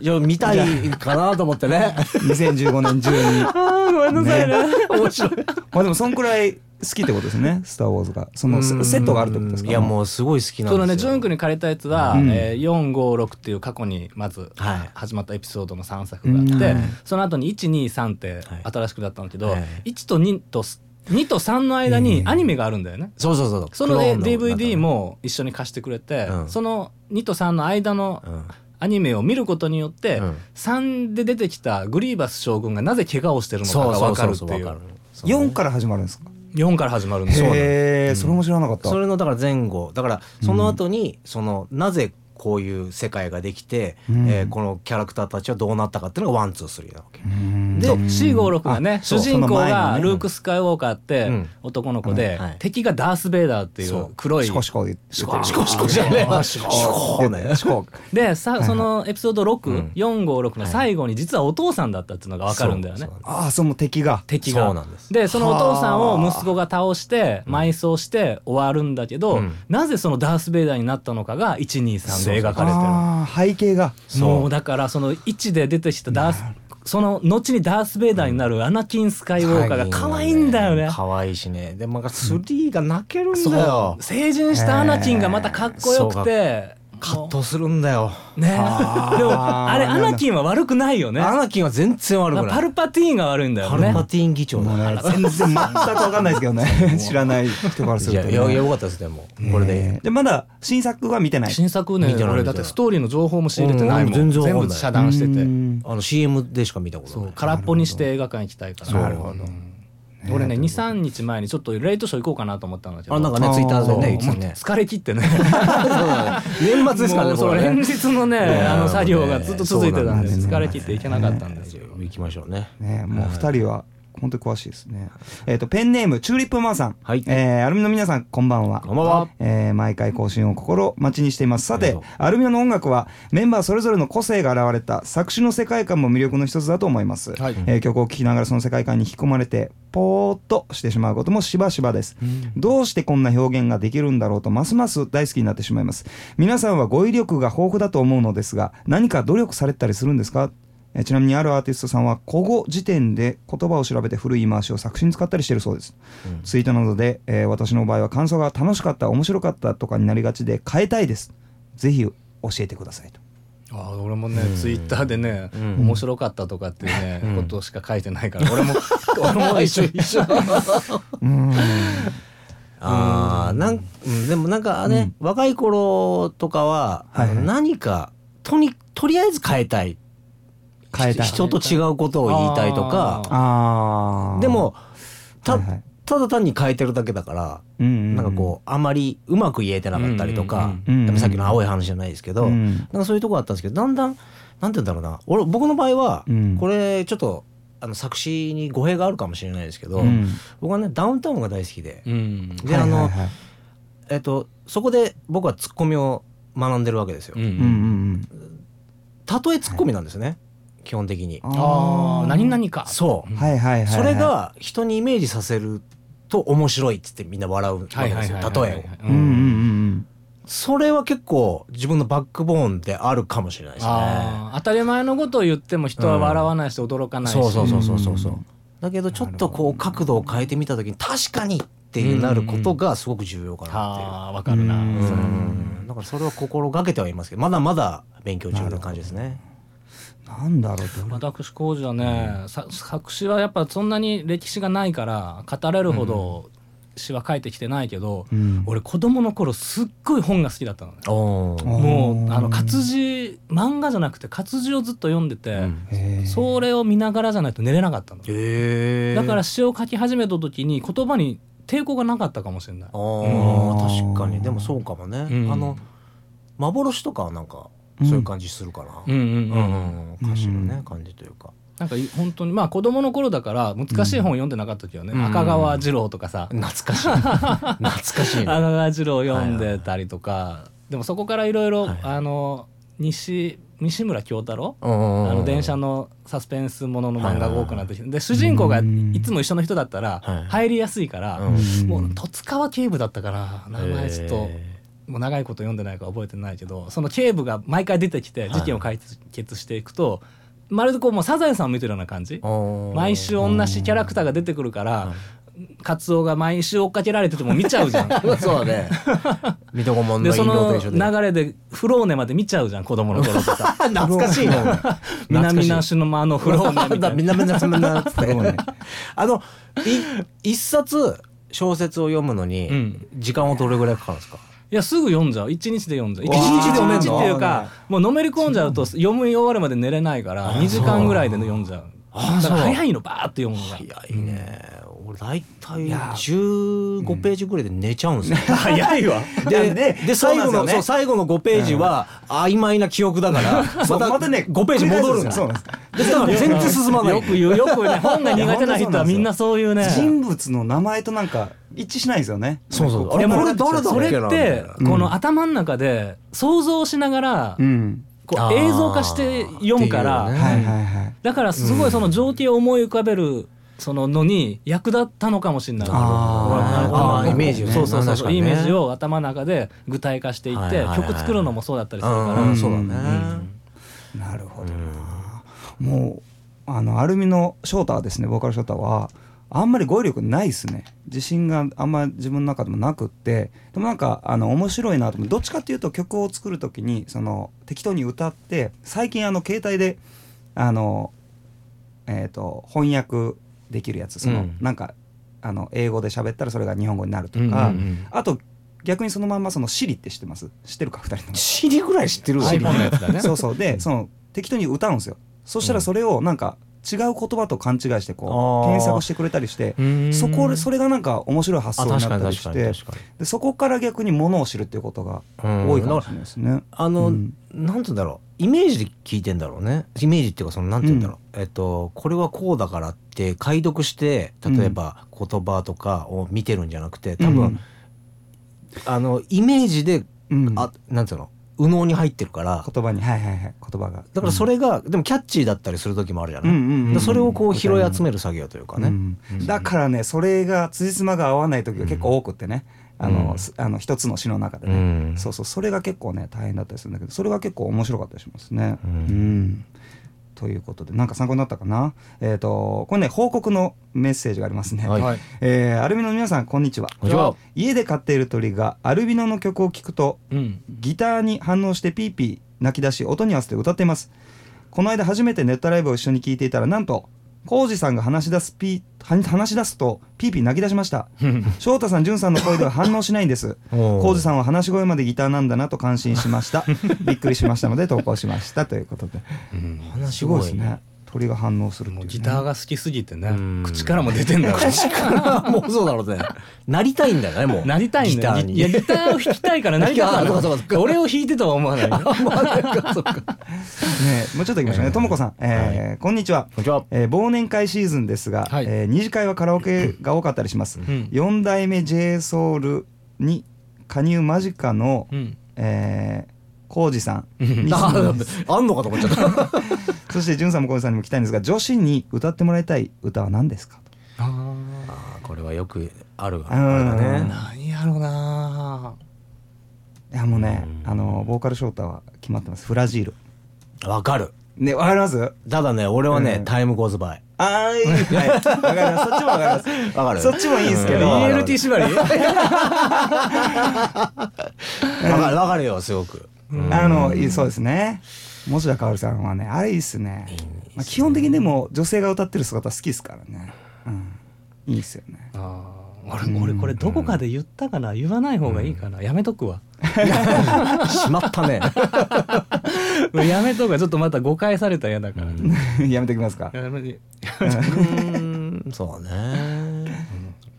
Speaker 2: いや見たいかなと思ってね
Speaker 1: 2015年中
Speaker 3: [laughs]
Speaker 1: に
Speaker 3: ごめんなさいね
Speaker 2: 面白い
Speaker 1: まあでもそんくらい好きってことですね「スター・ウォーズ」がそのセセットがあるってことですか
Speaker 2: いやもうすごい好きなん
Speaker 3: そのね
Speaker 2: です
Speaker 3: ジ
Speaker 2: よ
Speaker 3: ュン君に借りたやつは、
Speaker 1: うん
Speaker 3: えー456っていう過去にまず
Speaker 2: はい
Speaker 3: 始まったエピソードの3作があって、
Speaker 1: うん
Speaker 3: その後に123って
Speaker 2: はい
Speaker 3: 新しくだったんだけど、
Speaker 2: はい
Speaker 3: 1と2と2と3の間にアニメがあるんだよね。
Speaker 2: そうそうそう
Speaker 3: その
Speaker 2: クローン
Speaker 3: ね
Speaker 2: なんかね
Speaker 3: DVD も一緒に貸してくれて、
Speaker 2: うん
Speaker 3: その2と3の間の
Speaker 2: うん
Speaker 3: アニメを見ることによって、
Speaker 2: うん
Speaker 3: 3で出てきたグリーバス将軍がなぜ怪我をしてるのかが
Speaker 2: そうそ
Speaker 3: 分
Speaker 2: う
Speaker 3: か
Speaker 2: そ
Speaker 3: る
Speaker 2: う
Speaker 3: って
Speaker 2: そう
Speaker 3: い
Speaker 2: 分
Speaker 3: う
Speaker 2: かるそう
Speaker 1: 4から始まるんですか
Speaker 3: 4から始まるんですよ。
Speaker 1: へえそれも知らなかった
Speaker 2: それのだから前後だからその後にそのなぜこういう世界ができて、
Speaker 1: うん
Speaker 2: えーこのキャラクターたちはどうなったかっていうのがワンツースリーなわけ、
Speaker 1: うん
Speaker 3: で
Speaker 2: うん
Speaker 3: C56 がね
Speaker 1: あそ
Speaker 3: 主
Speaker 1: う
Speaker 3: 人公
Speaker 1: その前の
Speaker 3: が
Speaker 1: ね
Speaker 3: ルーク・スカイウォーカーって
Speaker 2: うん
Speaker 3: 男の子で
Speaker 2: はい
Speaker 3: 敵がダース・ベイダーってい
Speaker 2: そうう
Speaker 3: 黒い
Speaker 1: シコシコ言って
Speaker 3: シコシ
Speaker 2: コシコじゃねえわシコシコね
Speaker 1: シコ
Speaker 3: でさそのエピソード
Speaker 2: うん
Speaker 3: 6456の最後に実はお父さんだったっていうのが分かるんだよ
Speaker 2: そ
Speaker 3: ね
Speaker 2: うそう
Speaker 1: ああその敵が
Speaker 3: 敵が
Speaker 2: そうなんです
Speaker 3: でそのお父さんを息子が倒して埋葬して終わるんだけど
Speaker 2: うん
Speaker 3: なぜそのダース・ベイダーになったのかが123で描かれてる
Speaker 1: ああ背景が
Speaker 3: もうだからその1で出てきたダースその後にダース・ベイダーになるアナキン・スカイウォーカーが可愛いんだよね
Speaker 2: 可愛いしねでもなんか3が泣けるん
Speaker 3: そう
Speaker 2: だよ
Speaker 3: 成人したアナキンがまたかっこよくて、
Speaker 2: 葛
Speaker 3: も
Speaker 2: 藤するんだよ
Speaker 3: うねでも
Speaker 1: あー
Speaker 3: あれアナキンは悪くないよね
Speaker 2: アナキンは全然悪くない
Speaker 3: パルパティーンが悪いんだよ
Speaker 2: パル
Speaker 3: ね
Speaker 2: パティン議長
Speaker 1: も
Speaker 2: だ
Speaker 1: う
Speaker 2: か
Speaker 1: ね全然
Speaker 2: ら
Speaker 1: 全く分かんないですけどね [laughs] 知らない人からす
Speaker 2: い
Speaker 1: る
Speaker 2: や
Speaker 1: と
Speaker 2: いや
Speaker 1: ね
Speaker 2: よかったですでもこれ
Speaker 1: え
Speaker 2: で
Speaker 1: ーでまだ新作は見てない
Speaker 3: 新作ね
Speaker 2: 見てない
Speaker 3: 俺だってストーリーの情報も仕入れてないもん、
Speaker 2: うん全然わかんない
Speaker 3: 部遮断して
Speaker 1: う
Speaker 3: て
Speaker 1: ん
Speaker 2: あの CM でしか見たこと
Speaker 3: そ
Speaker 2: な
Speaker 3: う
Speaker 2: い
Speaker 3: 空っぽにして映画館行きたいから
Speaker 2: なるほど
Speaker 3: 俺ね23日前にちょっとレイトショー行こうかなと思ったんだけど
Speaker 2: あなんかねツイッターでね言って
Speaker 3: も
Speaker 2: た
Speaker 3: う
Speaker 2: [laughs] ね
Speaker 3: 疲れ切ってね
Speaker 2: 年末ですから
Speaker 3: も
Speaker 2: ね
Speaker 3: うそ
Speaker 2: こ
Speaker 3: う
Speaker 2: れ
Speaker 3: 連
Speaker 2: ね
Speaker 3: 日のね
Speaker 2: ね
Speaker 3: あの作業がずっと続いてたんで
Speaker 1: そうなんですね
Speaker 3: 疲れ切って行けなかったんですよ
Speaker 2: 行きましょうね
Speaker 1: ねもう二人は本当に詳しいですね。えっ、と、ペンネーム、チューリップマンさん。
Speaker 2: はい
Speaker 1: えーアルミの皆さん、こんばんは。
Speaker 2: こんばんは。
Speaker 1: えー毎回更新を心待ちにしています。さ
Speaker 2: あり
Speaker 1: て
Speaker 2: がと、
Speaker 1: アルミノの音楽はメンバーそれぞれの個性が現れた作詞の世界観も魅力の一つだと思います。
Speaker 4: はい
Speaker 1: えー曲を聴きながらその世界観に引き込まれて、ぽーっとしてしまうこともしばしばです。どうしてこんな表現ができるんだろうと、ますます大好きになってしまいます。皆さんは語彙力が豊富だと思うのですが、何か努力されたりするんですかえーちなみにあるアーティストさんは古語辞典で言葉を調べて古い言い回しを作品に使ったりしてるそうです、ツイートなどで、えー私の場合は感想が楽しかった面白かったとかになりがちで変えたいですぜひ教えてくださ
Speaker 2: [laughs]
Speaker 1: いと
Speaker 3: あー俺もねツイッターでね、
Speaker 2: ん
Speaker 3: 面白かったとかっていうね、
Speaker 2: うん
Speaker 3: ことしか書いてないから俺 [laughs] も俺も一緒一緒
Speaker 1: うん
Speaker 2: あーなんうんでもなんかね、若い頃とかは、
Speaker 1: はいはい
Speaker 2: あの何かとにとりあえず変えたい
Speaker 1: 変えたい
Speaker 2: 人と違うことを言いたいとか
Speaker 3: あ
Speaker 1: あー
Speaker 2: でもた,、
Speaker 1: はいはい
Speaker 2: ただ単に変えてるだけだから、
Speaker 1: うんうん
Speaker 2: なんかこうあまりうまく言えてなかったりとか、
Speaker 1: うんうんうん
Speaker 2: でもさっきの青い話じゃないですけど、
Speaker 1: うん
Speaker 2: なんかそういうとこあったんですけどだんだんなんて言うんだろうな俺僕の場合は、
Speaker 1: うん
Speaker 2: これちょっとあの作詞に語弊があるかもしれないですけど、
Speaker 1: うん
Speaker 2: 僕はねダウンタウンが大好きで、
Speaker 3: うん
Speaker 2: であの、
Speaker 1: はいはいはい
Speaker 2: えっと、そこで僕はツッコミを学んでるわけですよ。
Speaker 3: うん
Speaker 1: うんうんうん
Speaker 2: たとえツッコミなんですね、基本的に。
Speaker 3: ああ何々か
Speaker 2: そう、
Speaker 1: はいはいはいはい
Speaker 2: それが人にイメージさせると面白いっつってみんな笑うわ
Speaker 3: は
Speaker 2: け
Speaker 3: いは
Speaker 2: で
Speaker 3: い
Speaker 2: すよ
Speaker 3: はい
Speaker 2: 例えを。
Speaker 1: うんうんうん
Speaker 2: それは結構自分のバックボーンであるかもしれないですね。
Speaker 3: あー当たり前のことを言っても人は笑わないし驚かないし、
Speaker 2: そうそうそうそううんそうそう。だけどちょっとこう角度を変えてみた時に確かにってなることがすごく重要かなっていう。
Speaker 3: ああわかるな、
Speaker 1: うん
Speaker 2: う
Speaker 3: それ
Speaker 2: んだからそれは心がけてはいますけどまだまだ勉強中な感じですね。
Speaker 1: うんなんだろうどれ
Speaker 3: 私工事はね、さ作詞はやっぱそんなに歴史がないから語れるほど詩は書いてきてないけど、
Speaker 1: うん
Speaker 3: 俺子供の頃すっごい本が好きだったのね、
Speaker 2: おー
Speaker 3: もうあの
Speaker 1: うん
Speaker 3: 活字漫画じゃなくて活字をずっと読んでて、
Speaker 2: うん
Speaker 1: へー
Speaker 3: それを見ながらじゃないと寝れなかったの、
Speaker 2: へえ
Speaker 3: だから詩を書き始めた時に言葉に抵抗がなかったかもしれない
Speaker 2: あ
Speaker 1: う
Speaker 2: ー
Speaker 1: ん
Speaker 2: 確かにでもそうかもね、
Speaker 3: うん
Speaker 2: あの幻とかはなんかそういう感じするかな、
Speaker 3: うんうん
Speaker 2: う
Speaker 3: うん、
Speaker 2: うんん歌詞のね、
Speaker 1: うん
Speaker 2: 感じというか
Speaker 3: なんかい本当にまあ子供の頃だから難しい本読んでなかった時はね、
Speaker 2: うん
Speaker 3: 赤川次郎とかさ、
Speaker 2: 懐かしい [laughs] 懐かしい
Speaker 3: 赤
Speaker 2: ね
Speaker 3: 川次郎を読んでたりとか、でもそこからいろいろ
Speaker 2: はいはい
Speaker 3: あの西西村京太郎
Speaker 2: うんうんうん
Speaker 3: あの電車のサスペンスものの漫画が多くなってきてで主人公が
Speaker 1: うん
Speaker 3: いつも一緒の人だったら
Speaker 2: はい
Speaker 3: 入りやすいから、
Speaker 2: うん
Speaker 3: もう十津川警部だったから名前ちょっと
Speaker 2: へ
Speaker 3: もう長いこと読んでないから覚えてないけどその警部が毎回出てきて
Speaker 2: い
Speaker 3: 事件を解決していくと、まるでこうもうサザエさんを見てるような感じ
Speaker 2: ー。おー
Speaker 3: 毎週同じキャラクターが出てくるから、カツオが毎週追っかけられてても見ちゃうじゃん。
Speaker 2: [laughs] そうだね水戸黄門
Speaker 3: で
Speaker 2: の
Speaker 3: そ
Speaker 2: 印
Speaker 3: の
Speaker 2: 籠と一緒で
Speaker 3: 流れでフローネまで見ちゃうじゃん子供の頃とか
Speaker 2: [laughs] 懐かしいね
Speaker 3: 南那須の間のフローネみたいな
Speaker 2: [laughs] みんなみんなそんなつって [laughs] あのい一冊小説を読むの
Speaker 3: う
Speaker 2: に
Speaker 3: ん
Speaker 2: 時間をどれぐらいかかるんですか、
Speaker 3: いやすぐ読んじゃう一日で読んじゃう一
Speaker 2: わあ
Speaker 3: 日
Speaker 2: 一日で読めんの
Speaker 3: 一日っていうかもうのめり込んじゃうと読み終わるまで寝れないから2時間ぐらいで読んじゃう
Speaker 2: あー
Speaker 3: だから
Speaker 2: そう
Speaker 3: 早いのバーって読むのが
Speaker 2: 早いね、俺大体15ページぐらいで寝ちゃうん [laughs] ですよ、
Speaker 4: 早いわ
Speaker 2: でで最後の、
Speaker 4: そうなんですよね
Speaker 2: そう最後の5ページは曖昧な記憶だから [laughs] ま
Speaker 4: そうまたね
Speaker 2: 5ページ戻るんだ
Speaker 4: そうなんです
Speaker 2: でだから全然進まない
Speaker 3: よく言うよくね本が苦手な人はみんなそういうね
Speaker 1: 人物の名前となんか一致しないんですよね
Speaker 2: そうそう
Speaker 1: こ
Speaker 2: あれ
Speaker 3: でも
Speaker 2: これ誰だっけな
Speaker 3: それっ
Speaker 2: みたい
Speaker 3: て
Speaker 2: な
Speaker 3: この頭の中で想像しながら
Speaker 1: うん
Speaker 3: こ
Speaker 2: あ
Speaker 3: う
Speaker 2: ー
Speaker 3: 映像化して読
Speaker 2: ってい
Speaker 3: むか
Speaker 2: う
Speaker 3: ら
Speaker 2: ね
Speaker 1: はいはいはい
Speaker 3: だからすごいその情景を思い浮かべるそののに役立ったのかもしれない。
Speaker 2: あーあーイメージをね
Speaker 3: そうそうそう
Speaker 2: 確
Speaker 3: そ
Speaker 2: か
Speaker 3: う
Speaker 2: に
Speaker 3: イ
Speaker 2: ね
Speaker 3: メージを頭の中で具体化してい
Speaker 2: は
Speaker 3: っ
Speaker 2: いはい
Speaker 3: て
Speaker 2: はい
Speaker 3: 曲作るのもそうだったりする
Speaker 2: うん
Speaker 3: か
Speaker 2: うん
Speaker 3: ら
Speaker 2: そうだね、
Speaker 1: なるほどなもうあのアルミの翔太はですねボーカル翔太はあんまり語彙力ないですね自信があんまり自分の中でもなくってでもなんかあの面白いなと思ってどっちかっていうと曲を作る時にその適当に歌って最近あの携帯であのえっ、と翻訳できるやつその、
Speaker 2: うん
Speaker 1: なんかあの英語で喋ったらそれが日本語になるとか、
Speaker 3: うんうん
Speaker 1: あと逆にそのまんまその Siri って知ってます知ってるか二人とも
Speaker 2: 知りぐらい知ってるわ
Speaker 3: iPhone のやつだね
Speaker 1: そうそうでその適当に歌うんですよそしたらそれをなんか違う言葉と勘違いしてこ
Speaker 2: あ
Speaker 1: う
Speaker 2: ー
Speaker 1: 検索してくれたりして
Speaker 2: うん
Speaker 1: そこそれがなんか面白い発
Speaker 2: あ
Speaker 1: 想に
Speaker 2: 確
Speaker 1: な
Speaker 2: か
Speaker 1: ったり
Speaker 2: に
Speaker 1: し
Speaker 2: 確かに
Speaker 1: て
Speaker 2: 確かに
Speaker 1: でそこから逆に物を知るっていうことが
Speaker 2: うん
Speaker 1: 多いかもしれないですね。
Speaker 2: あの、
Speaker 1: うん
Speaker 2: なんて言うんだろうイメージで聞いてんだろうねイメージっていうかそのなんて言うんだろう、えっとこれはこうだからって解読して例えば言葉とかを見てるんじゃなくて多分、あのイメージで、
Speaker 1: うん、うん
Speaker 2: あなんていうの右脳に入ってるから
Speaker 1: 言葉にはいはいはい言葉が
Speaker 2: だからそれが、でもキャッチーだったりする時もあるじゃない、
Speaker 1: うんうんうんうん
Speaker 2: だからそれをこう拾い集める作業というかね、
Speaker 1: うんだからねそれが辻褄が合わない時が結構多くってね、
Speaker 2: うん
Speaker 1: あの
Speaker 2: うん
Speaker 1: すあの一つの詩の中でね、
Speaker 2: うん
Speaker 1: そうそうそれが結構ね大変だったりするんだけどそれが結構面白かったりしますね。
Speaker 2: うん
Speaker 1: うんということでなんか参考になったかなえっ、とこれね報告のメッセージがありますね。
Speaker 2: はい
Speaker 5: はい
Speaker 1: えーアルビノの皆さんこんにちは。
Speaker 2: こんにちは
Speaker 1: 家で飼っている鳥がアルビノの曲を聴くと
Speaker 3: うん
Speaker 1: ギターに反応してピーピー泣き出し音に合わせて歌っていますこの間初めてネットライブを一緒に聴いていたらなんと浩二さんが話し出すピー話し出すとピーピー泣き出しま
Speaker 2: [laughs]
Speaker 1: した翔太さん潤さんの声では反応しないんです
Speaker 2: おー
Speaker 1: 浩二さんは話し声までギターなんだなと感心しま
Speaker 3: [laughs]
Speaker 1: したびっくりしましたので投稿しましたということで
Speaker 2: 話
Speaker 1: すごいですね鳥が反応するってい
Speaker 3: も
Speaker 1: う、
Speaker 3: う
Speaker 1: ね、
Speaker 3: ギターが好きすぎてね
Speaker 2: うん
Speaker 3: 口からも出てんだろうね
Speaker 2: [laughs] もうそうだろうね。なりたいんだよね、もう。
Speaker 3: なりたいん
Speaker 2: ギ
Speaker 3: だ
Speaker 2: タ
Speaker 3: よ
Speaker 2: ー
Speaker 3: いや
Speaker 2: に。
Speaker 3: ギターを弾きたいからなり
Speaker 2: [laughs]
Speaker 3: た
Speaker 2: あ
Speaker 3: い
Speaker 2: そうかそうかそうか
Speaker 3: 俺を弾いてとは思わな
Speaker 2: [laughs]
Speaker 3: いよ [laughs]
Speaker 1: ねもうちょっと行きましょうねともこさん、えーこんにちは
Speaker 2: こんにちは
Speaker 1: えー忘年会シーズンですが、
Speaker 3: はい
Speaker 1: えー二次会はカラオケが多かったりします、
Speaker 3: ん
Speaker 1: 4代目 JSOUL に加入間近の、
Speaker 3: うん
Speaker 1: えー浩二さん
Speaker 2: あ
Speaker 1: に
Speaker 2: ああんのかと思っちゃった。
Speaker 1: [laughs] そ
Speaker 3: [laughs]
Speaker 1: して潤さんも浩二さんにも聞きたいんですが女子に歌ってもらいたい歌は何ですか
Speaker 2: これはよくあるわ。
Speaker 1: うん
Speaker 2: あれだね。
Speaker 3: 何やろうない
Speaker 1: やもうね
Speaker 2: うん
Speaker 1: あのボーカル翔太は決まってますフラジール
Speaker 2: わかる。
Speaker 1: ねわかります
Speaker 2: ただね、俺は
Speaker 1: う
Speaker 2: ね
Speaker 1: ん、
Speaker 2: タイムゴーズバイ。
Speaker 1: あーいいはいわかりますそっちもわかります
Speaker 2: わかる
Speaker 1: そっちもいいですけど
Speaker 2: うんわかる
Speaker 3: ELT 縛り
Speaker 2: わかる、わかるよ、すごく。
Speaker 1: あのいいそうですね持田香織さんはねあれいいっすねまあ、基本的にでも女性が歌ってる姿好きですからね、うん、いいっすよね [laughs]
Speaker 3: 俺俺これどこかで言ったかな言わない方がいいかなやめとくわ [laughs]
Speaker 2: しまったね。
Speaker 3: やめとくわちょっとまた誤解されたら嫌だからね
Speaker 1: やめてきますか
Speaker 3: やめて
Speaker 2: うんそうね。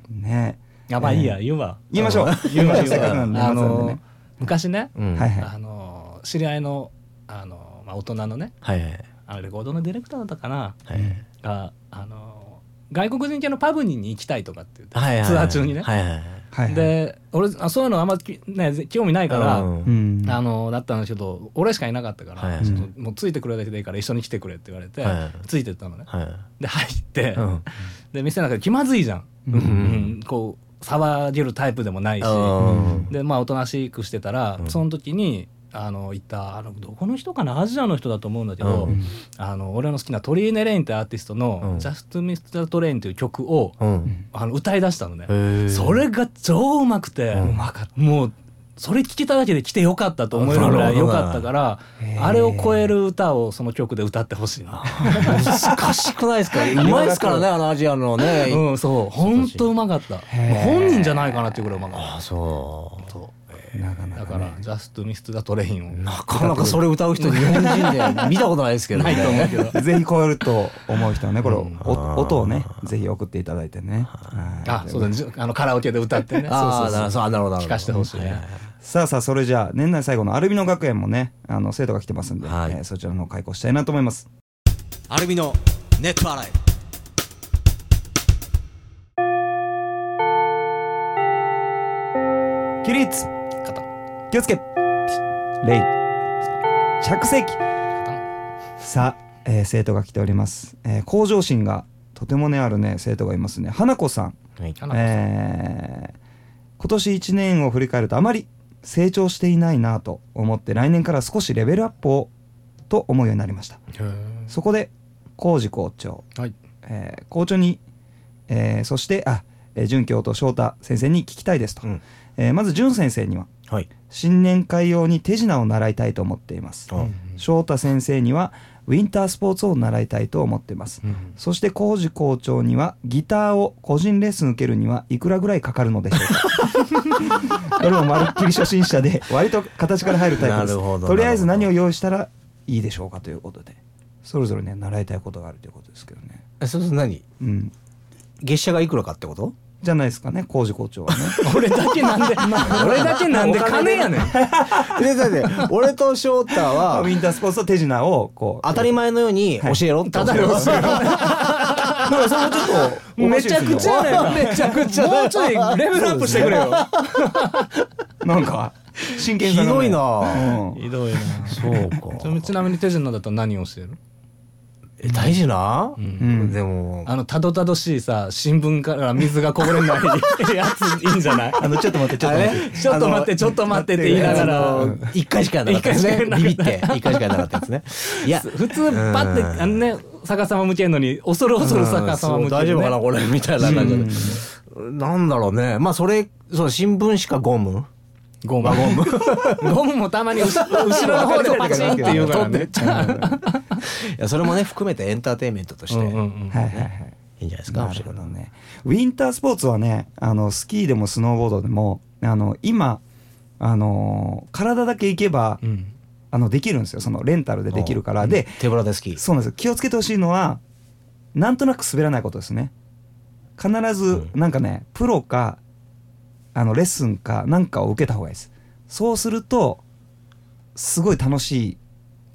Speaker 1: ね
Speaker 3: やばいいいや
Speaker 1: え
Speaker 3: 言うわ
Speaker 1: 言いましょう
Speaker 3: 言うわ
Speaker 1: 言いましょうせ
Speaker 3: 言うわ
Speaker 1: っかくなんで
Speaker 3: あ
Speaker 1: まずは
Speaker 3: の
Speaker 1: ね
Speaker 3: 昔ね
Speaker 2: うん
Speaker 1: はい
Speaker 2: はい
Speaker 1: はい
Speaker 3: あの知り合いのあのまあ大人のね
Speaker 2: はい。
Speaker 3: あのレコードのディレクターだったかな
Speaker 2: はい
Speaker 3: があの外国人系のパブに行きたいとかって言って、
Speaker 2: はいはい。
Speaker 3: ツアー中にね、
Speaker 2: はいはい。
Speaker 1: はいはい、
Speaker 3: で俺あそういうのあんまき、ね、興味ないから、
Speaker 2: うん
Speaker 1: うん
Speaker 3: あのだったんですけど俺しかいなかったから、
Speaker 2: はい
Speaker 3: ちょっともうついてくれるだけでいいから一緒に来てくれって言われて、
Speaker 2: はい
Speaker 3: ついてったのね
Speaker 2: はい。
Speaker 3: で入って、
Speaker 2: うん
Speaker 3: で店の中で気まずいじゃん、
Speaker 1: うん
Speaker 2: うん
Speaker 3: うんこう騒げるタイプでもないし、
Speaker 2: うん
Speaker 3: でまあおとなしくしてたら、
Speaker 2: うん
Speaker 3: その時にあのいたあのどこの人かなアジアの人だと思うんだけど、
Speaker 2: うん
Speaker 3: あの俺の好きなトリーネ・レインってアーティスト
Speaker 2: う
Speaker 3: の
Speaker 2: ん
Speaker 3: 「ジャスト・ミス・タ・トレイン」という曲を、
Speaker 2: うん。
Speaker 3: あの歌い出したのね、
Speaker 2: へえ
Speaker 3: それが超うまくて、
Speaker 2: うんう
Speaker 1: まかっ
Speaker 3: もうそれ聞けただけで来てよかったと思えるぐらいよかったから
Speaker 1: るほどな
Speaker 3: あれを超える歌をその曲で歌ってほしいな、
Speaker 2: 難しくないですかうまいですからね、あのアジアのね。
Speaker 3: うん、そう本当うまかった
Speaker 1: へー
Speaker 3: 本人じゃないかなっていうぐらいうまか
Speaker 2: あ、
Speaker 3: っ
Speaker 2: そう。
Speaker 3: たそ
Speaker 1: たなか
Speaker 3: う
Speaker 1: な
Speaker 3: だ
Speaker 1: か
Speaker 3: か
Speaker 1: ね
Speaker 3: ら「ジャスト・ミス・ザ・トレイン」を
Speaker 2: なかなかそれ歌う人日本人で見たことないですけど
Speaker 3: ないと思うけ
Speaker 1: [laughs]
Speaker 3: ど
Speaker 1: ぜひ超えると思う人はねこれ、
Speaker 2: うん
Speaker 1: お音をねぜひ送っていただいてねはい
Speaker 3: あそうだねじゅあのカラオケで歌ってね
Speaker 2: あ
Speaker 3: そうそうそう
Speaker 2: あ、そう、なるほど。
Speaker 3: 聞かせてほしいね
Speaker 2: はは
Speaker 1: さあさあそれじゃあ年内最後のアルビノ学園もねあの生徒が来てますんで、
Speaker 2: はい
Speaker 1: えーそちらの方開講したいなと思います
Speaker 2: アルミのネット洗い。
Speaker 1: 起立
Speaker 3: 肩
Speaker 1: 気をつけ礼着席さあ、えー生徒が来ております、えー向上心がとてもねあるね生徒がいますね花子さん
Speaker 2: はい。
Speaker 3: 花子さん
Speaker 1: えー今年1年を振り返るとあまり成長していないなと思って来年から少しレベルアップをと思うようになりましたそこで浩二校長、
Speaker 3: はい [laughs]
Speaker 1: えー校長に、えーそしてあ、えー、準教と翔太先生に聞きたいですと、
Speaker 2: うん
Speaker 1: えーまず準先生には
Speaker 2: はい。
Speaker 1: 新年会用に手品を習いたいと思っています翔太先生にはウィンタースポーツを習いたいと思ってます、そして浩二校長にはギターを個人レッスン受けるにはいくらぐらいかかるのでしょうかこれもまるっきり初心者で割と形から入るタイプです
Speaker 2: なるほど
Speaker 1: とりあえず何を用意したらいいでしょうかということでそれぞれね習いたいことがあるということですけどね、
Speaker 2: えそうすると何
Speaker 1: うん、
Speaker 2: 月謝がいくらかってこと
Speaker 1: じゃないですかね工事校長は
Speaker 2: [laughs]
Speaker 1: ね
Speaker 3: 俺だけなん [laughs] で俺だけなんで金やねん
Speaker 2: でだって俺と翔太
Speaker 1: あ
Speaker 2: は
Speaker 1: ウィンタースポーツと手品をこう
Speaker 2: 当たり前のように教えろってこと
Speaker 1: だからそれもちょっとおか
Speaker 3: め
Speaker 1: しい
Speaker 3: ち
Speaker 1: で
Speaker 3: ゃ
Speaker 1: すよ
Speaker 3: くちゃやねんめちゃくちゃもうちょいレベルアップしてくれよ
Speaker 1: [laughs] なんか真剣
Speaker 2: ひ
Speaker 1: さがね
Speaker 2: どいな
Speaker 1: うん
Speaker 3: ひどいな
Speaker 2: そう
Speaker 3: ちなみに [laughs] ちなみに手品だったら何を教える
Speaker 2: え大事な、
Speaker 1: ん
Speaker 2: でも
Speaker 3: あのたどたどしいさ新聞から水がこぼれないやついいんじゃない
Speaker 1: あのちょっと待ってちょっと待って
Speaker 3: ちょっと待ってちょっと待ってって言いながら
Speaker 2: あの一回しかやらなかったですね
Speaker 3: 一回
Speaker 2: ビビ
Speaker 3: し
Speaker 2: って一回しかやらなかったですねいや
Speaker 3: [laughs] 普通パッて
Speaker 2: うん
Speaker 3: あのね逆さま向けるのに恐る恐る逆さま
Speaker 2: うん
Speaker 3: 向
Speaker 2: そう
Speaker 3: け
Speaker 2: 大
Speaker 3: る
Speaker 2: 丈夫かな
Speaker 3: ね
Speaker 2: これみたいな感じでなんだろうねまあそれそう新聞しかゴム
Speaker 3: ゴムゴ
Speaker 2: [laughs]
Speaker 3: ムゴムもたまにうし後ろの方でパチンって言うからね
Speaker 2: いやそれもね含めてエンターテインメントとして
Speaker 3: う
Speaker 2: いい
Speaker 3: ん
Speaker 2: ん
Speaker 3: う
Speaker 2: じ
Speaker 3: んうん
Speaker 1: はいはいはい
Speaker 2: ゃないですか
Speaker 1: なるほどねウィンタースポーツはねあのスキーでもスノーボードでもあの今あの体だけ行けば
Speaker 3: うん
Speaker 1: あのできるんですよそのレンタルでできるからで
Speaker 2: 手ぶらで好き
Speaker 1: そうなんですよ気をつけてほしいのはなんとなく滑らないことですね必ず
Speaker 2: うん
Speaker 1: なんかね、プロかあのレッスンかなんかを受けた方がいいですそうするとすごい楽しい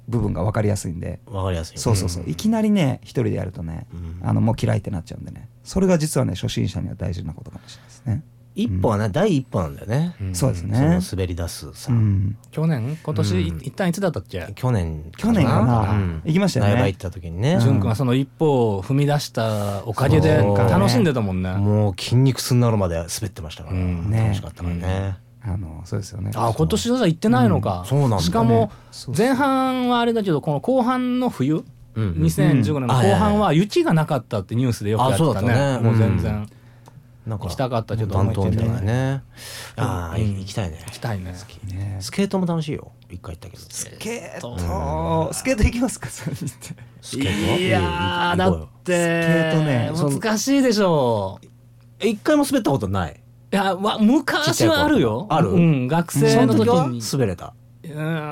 Speaker 1: 部分が分かりやすいんで
Speaker 2: わかりやすいよね
Speaker 1: そうそうそう、いきなりね一人でやるとね、
Speaker 2: うん
Speaker 1: あのもう嫌いってなっちゃうんでねそれが実はね初心者には大事なことかもしれないですね、
Speaker 2: 一歩はね第一歩なんだよね
Speaker 3: うん
Speaker 1: そうです
Speaker 2: その
Speaker 1: ね
Speaker 2: 滑り出す
Speaker 1: う
Speaker 2: さ
Speaker 1: ん
Speaker 3: 去年今年い
Speaker 2: うん
Speaker 3: 一旦いつだったっけ
Speaker 2: 去年
Speaker 1: 去年かな
Speaker 2: うん
Speaker 1: 行きましたよね
Speaker 2: 苗場行った時にね
Speaker 3: 潤君はその一歩を踏み出したおかげで
Speaker 2: そう
Speaker 3: 楽しんでたもんね
Speaker 2: もう筋肉痛になるまで滑ってましたから
Speaker 3: うん
Speaker 1: ね
Speaker 2: 楽しかったからね
Speaker 1: あのそうですよね
Speaker 3: あ今年はじゃあ行ってないのか、
Speaker 2: そうなんだね
Speaker 3: しかも
Speaker 1: そう
Speaker 3: 前半はあれだけどこの後半の冬
Speaker 2: うん
Speaker 3: 2015年の
Speaker 2: あいやい
Speaker 3: 後
Speaker 2: や
Speaker 3: 半は雪がなかったってニュースでよくやって
Speaker 2: あ
Speaker 3: た
Speaker 2: そうだった
Speaker 3: ね
Speaker 2: ね
Speaker 3: もう全然、
Speaker 2: うんなんか
Speaker 3: 行きたかったけど
Speaker 2: 担当みたいなねああ
Speaker 3: うん
Speaker 2: 行きたいね
Speaker 3: 行きたいね
Speaker 1: ね
Speaker 2: スケートも楽しいよ一回行ったけど
Speaker 1: スケートスケート行きますか3人って
Speaker 2: スケート
Speaker 3: いやーだ
Speaker 2: うん行こうよ
Speaker 3: って
Speaker 1: スケートねその
Speaker 3: 難しいでしょう
Speaker 2: え一回も滑ったことない
Speaker 3: いやわ昔はある
Speaker 2: ち
Speaker 3: よ
Speaker 2: っちゃい頃ある
Speaker 3: うん、学生の時
Speaker 2: そ
Speaker 3: に
Speaker 2: は滑れた
Speaker 3: う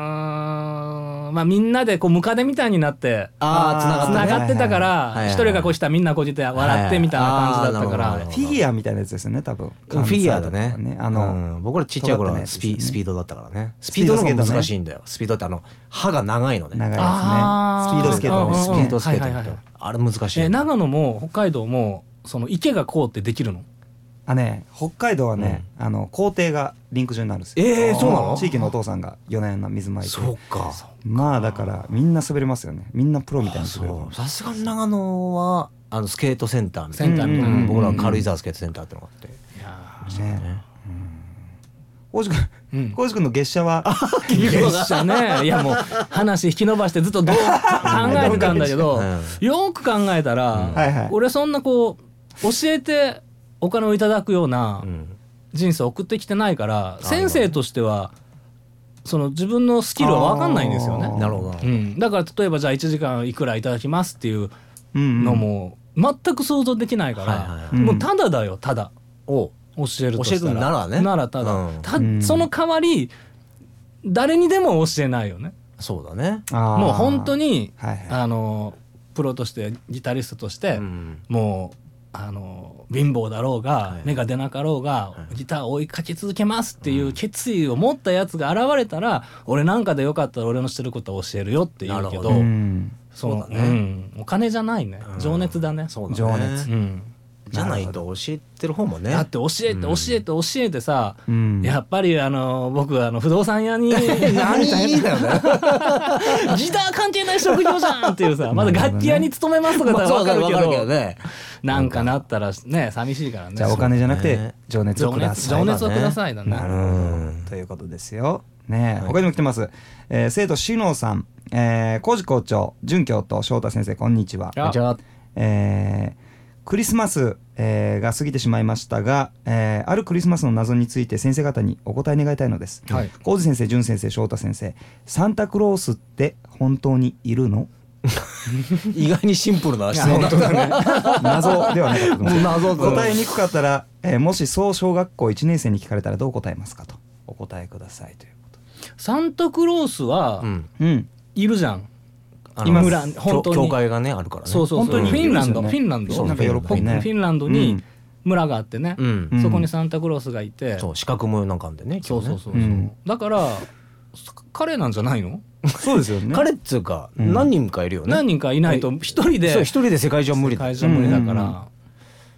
Speaker 3: ーんまあみんなでこうムカデみたいになって
Speaker 2: あー繋がった
Speaker 3: つ
Speaker 2: ね
Speaker 3: ながってたか
Speaker 2: は
Speaker 3: ら
Speaker 2: いはいはい
Speaker 3: 一人がこうしたらみんなこうして笑ってみたいな感じだっ
Speaker 2: は
Speaker 3: たか
Speaker 2: いはいあーなるほどなる
Speaker 3: ら
Speaker 2: ほ
Speaker 1: フィギュアみたいなやつですよね多分
Speaker 2: フィギュアだ
Speaker 1: 関西とか
Speaker 2: ね
Speaker 1: あの、
Speaker 2: うん僕らちっちゃい頃
Speaker 1: 尖った
Speaker 2: は
Speaker 1: やつ
Speaker 2: ス
Speaker 1: ですよ
Speaker 2: ピ
Speaker 1: ね
Speaker 2: スピードだったからねス
Speaker 1: スピ
Speaker 2: ピー
Speaker 1: ー
Speaker 2: ド
Speaker 1: ド
Speaker 2: の
Speaker 1: ス
Speaker 2: 方
Speaker 1: ケートね
Speaker 2: が難しいんだよスピードってあの歯が長いのね
Speaker 1: 長いですね
Speaker 3: あー
Speaker 1: スピードスケートの
Speaker 3: うんうん
Speaker 1: ね
Speaker 3: うん
Speaker 1: ス
Speaker 2: ス
Speaker 1: ピードスケ
Speaker 2: ピードスケ
Speaker 1: ート
Speaker 2: ート
Speaker 3: はい
Speaker 2: み
Speaker 3: は
Speaker 2: た
Speaker 3: いはいい
Speaker 2: なあれ難しい
Speaker 3: え
Speaker 2: よね
Speaker 3: 長野も北海道もその池がこうってできるの
Speaker 1: あね北海道はね、あの校庭がリンク上になるんですよ
Speaker 2: えーそうなの
Speaker 1: 地域のお父さんが4年の水まいて
Speaker 2: そうか
Speaker 1: まあだからみんな滑れますよねみんなプロみたいに滑れる
Speaker 2: そうさすがに長野はあのスケートセンターみたい
Speaker 3: センタ
Speaker 2: な
Speaker 3: ーみたいな
Speaker 2: うん僕らは軽井沢スケートセンターってのがあって
Speaker 3: いや
Speaker 1: ね
Speaker 2: ね
Speaker 1: 浩司
Speaker 3: う
Speaker 1: 君
Speaker 3: ん
Speaker 1: 浩司君の月謝は
Speaker 3: 月謝ねいやもう話引き伸ばしてずっとどう考えてたんだけど
Speaker 2: う
Speaker 3: よく考えた
Speaker 1: はいは
Speaker 3: ら
Speaker 1: い
Speaker 3: 俺そんなこう教えてお金をいただくような
Speaker 2: うん
Speaker 3: 人生を送ってきてないから
Speaker 2: ー
Speaker 3: 先生としてはその自分のスキルは分かんないんですよ
Speaker 1: あ
Speaker 3: ね
Speaker 1: ー。
Speaker 2: なるほど
Speaker 3: うん、だから例えばじゃあ1時間いくらいただきますっていう
Speaker 1: うんうん
Speaker 3: のも全く想像できないから、
Speaker 2: はいはいはい
Speaker 3: もうただだよただ
Speaker 2: お
Speaker 3: 教えるとした
Speaker 2: 教え
Speaker 3: ら
Speaker 2: るならね
Speaker 3: ならただ、
Speaker 2: うん
Speaker 3: た
Speaker 1: うん
Speaker 3: その代わり誰にでも教えないよね
Speaker 2: そうだね
Speaker 1: あー
Speaker 3: もう本当に
Speaker 1: はいはい
Speaker 3: あのプロとしてギタリストとし
Speaker 2: う
Speaker 3: て、
Speaker 2: ん
Speaker 3: もうあの貧乏だろうが、
Speaker 2: い
Speaker 3: 目が出なかろうが、
Speaker 2: い
Speaker 3: ギターを追いかけ続けますっていう決意を持ったやつが現れたら、俺なんかでよかったら俺のしてることは教えるよって言うけ
Speaker 2: なる
Speaker 3: ど
Speaker 2: ほ
Speaker 1: う
Speaker 2: ど
Speaker 1: ん
Speaker 3: その
Speaker 2: そうだね
Speaker 3: んお金じゃないね
Speaker 2: うん
Speaker 3: 情熱だね、
Speaker 2: そうだね
Speaker 1: 情熱
Speaker 3: うん
Speaker 2: じゃないと教えてる方もね
Speaker 3: だって教えて
Speaker 2: うん
Speaker 3: 教えて教えてさ、
Speaker 1: うん
Speaker 3: やっぱりあの僕あの不動産
Speaker 1: [laughs]
Speaker 3: 屋に
Speaker 2: 何だよね
Speaker 3: ギター関係ない職業じゃんっ
Speaker 1: [laughs]
Speaker 3: ていうさまだ楽器屋に勤めますとかだったら分かるけど,、
Speaker 2: ね
Speaker 3: なんかなったらね寂しいからね
Speaker 1: じゃあお金じゃなく
Speaker 2: そう
Speaker 1: て
Speaker 2: ね
Speaker 1: 情熱を
Speaker 3: 情
Speaker 1: くだ
Speaker 3: 熱
Speaker 1: さい
Speaker 3: 情熱をくださいだね
Speaker 1: なる
Speaker 2: うん
Speaker 1: ほど。ということですよ。ねえ、他にも来てます。えー生徒しのさん、えー、コージ校長、准教と翔太先生、こんにちは。
Speaker 3: あ
Speaker 1: えークリスマス、えーが過ぎてしまいましたが、えーあるクリスマスの謎について先生方にお答え願いたいのです。
Speaker 3: はい
Speaker 1: 浩二先生、淳先生、翔太先生、サンタクロースって本当にいるの？
Speaker 2: 意外にシンプルな質問だった
Speaker 1: 謎ではなかったと思います。
Speaker 2: 謎
Speaker 1: 答えにくかったら、えーもしそう小学校1年生に聞かれたらどう答えますかとお答えくださいというこ
Speaker 3: サンタクロースは
Speaker 2: うん
Speaker 1: と。うん。
Speaker 3: いるじゃん、
Speaker 2: あの
Speaker 1: 今
Speaker 3: 村
Speaker 2: 教
Speaker 3: 本当に
Speaker 2: 教会がねあるからね
Speaker 3: そうそうそ
Speaker 1: 本当
Speaker 3: う
Speaker 1: に
Speaker 3: フィンランド、
Speaker 1: いるん
Speaker 3: フ
Speaker 1: ですよね
Speaker 3: ィンランド
Speaker 2: そう
Speaker 1: なんか喜ぶね
Speaker 3: フィンランドに村があってね、
Speaker 2: うん
Speaker 1: うん
Speaker 3: そこにサンタクロースがいて、
Speaker 2: そう資格もなんかあんでね
Speaker 3: そうそうそうそう、
Speaker 1: うん
Speaker 3: だから彼なんじゃないの、
Speaker 1: そうですよね
Speaker 2: 彼っつうか
Speaker 1: うん
Speaker 2: 何人かいるよね
Speaker 3: 何人かいないと
Speaker 2: はい
Speaker 3: 一人で
Speaker 2: そう一人で世界中は無理だ
Speaker 3: 会社無理だか
Speaker 1: うんうん
Speaker 3: ら、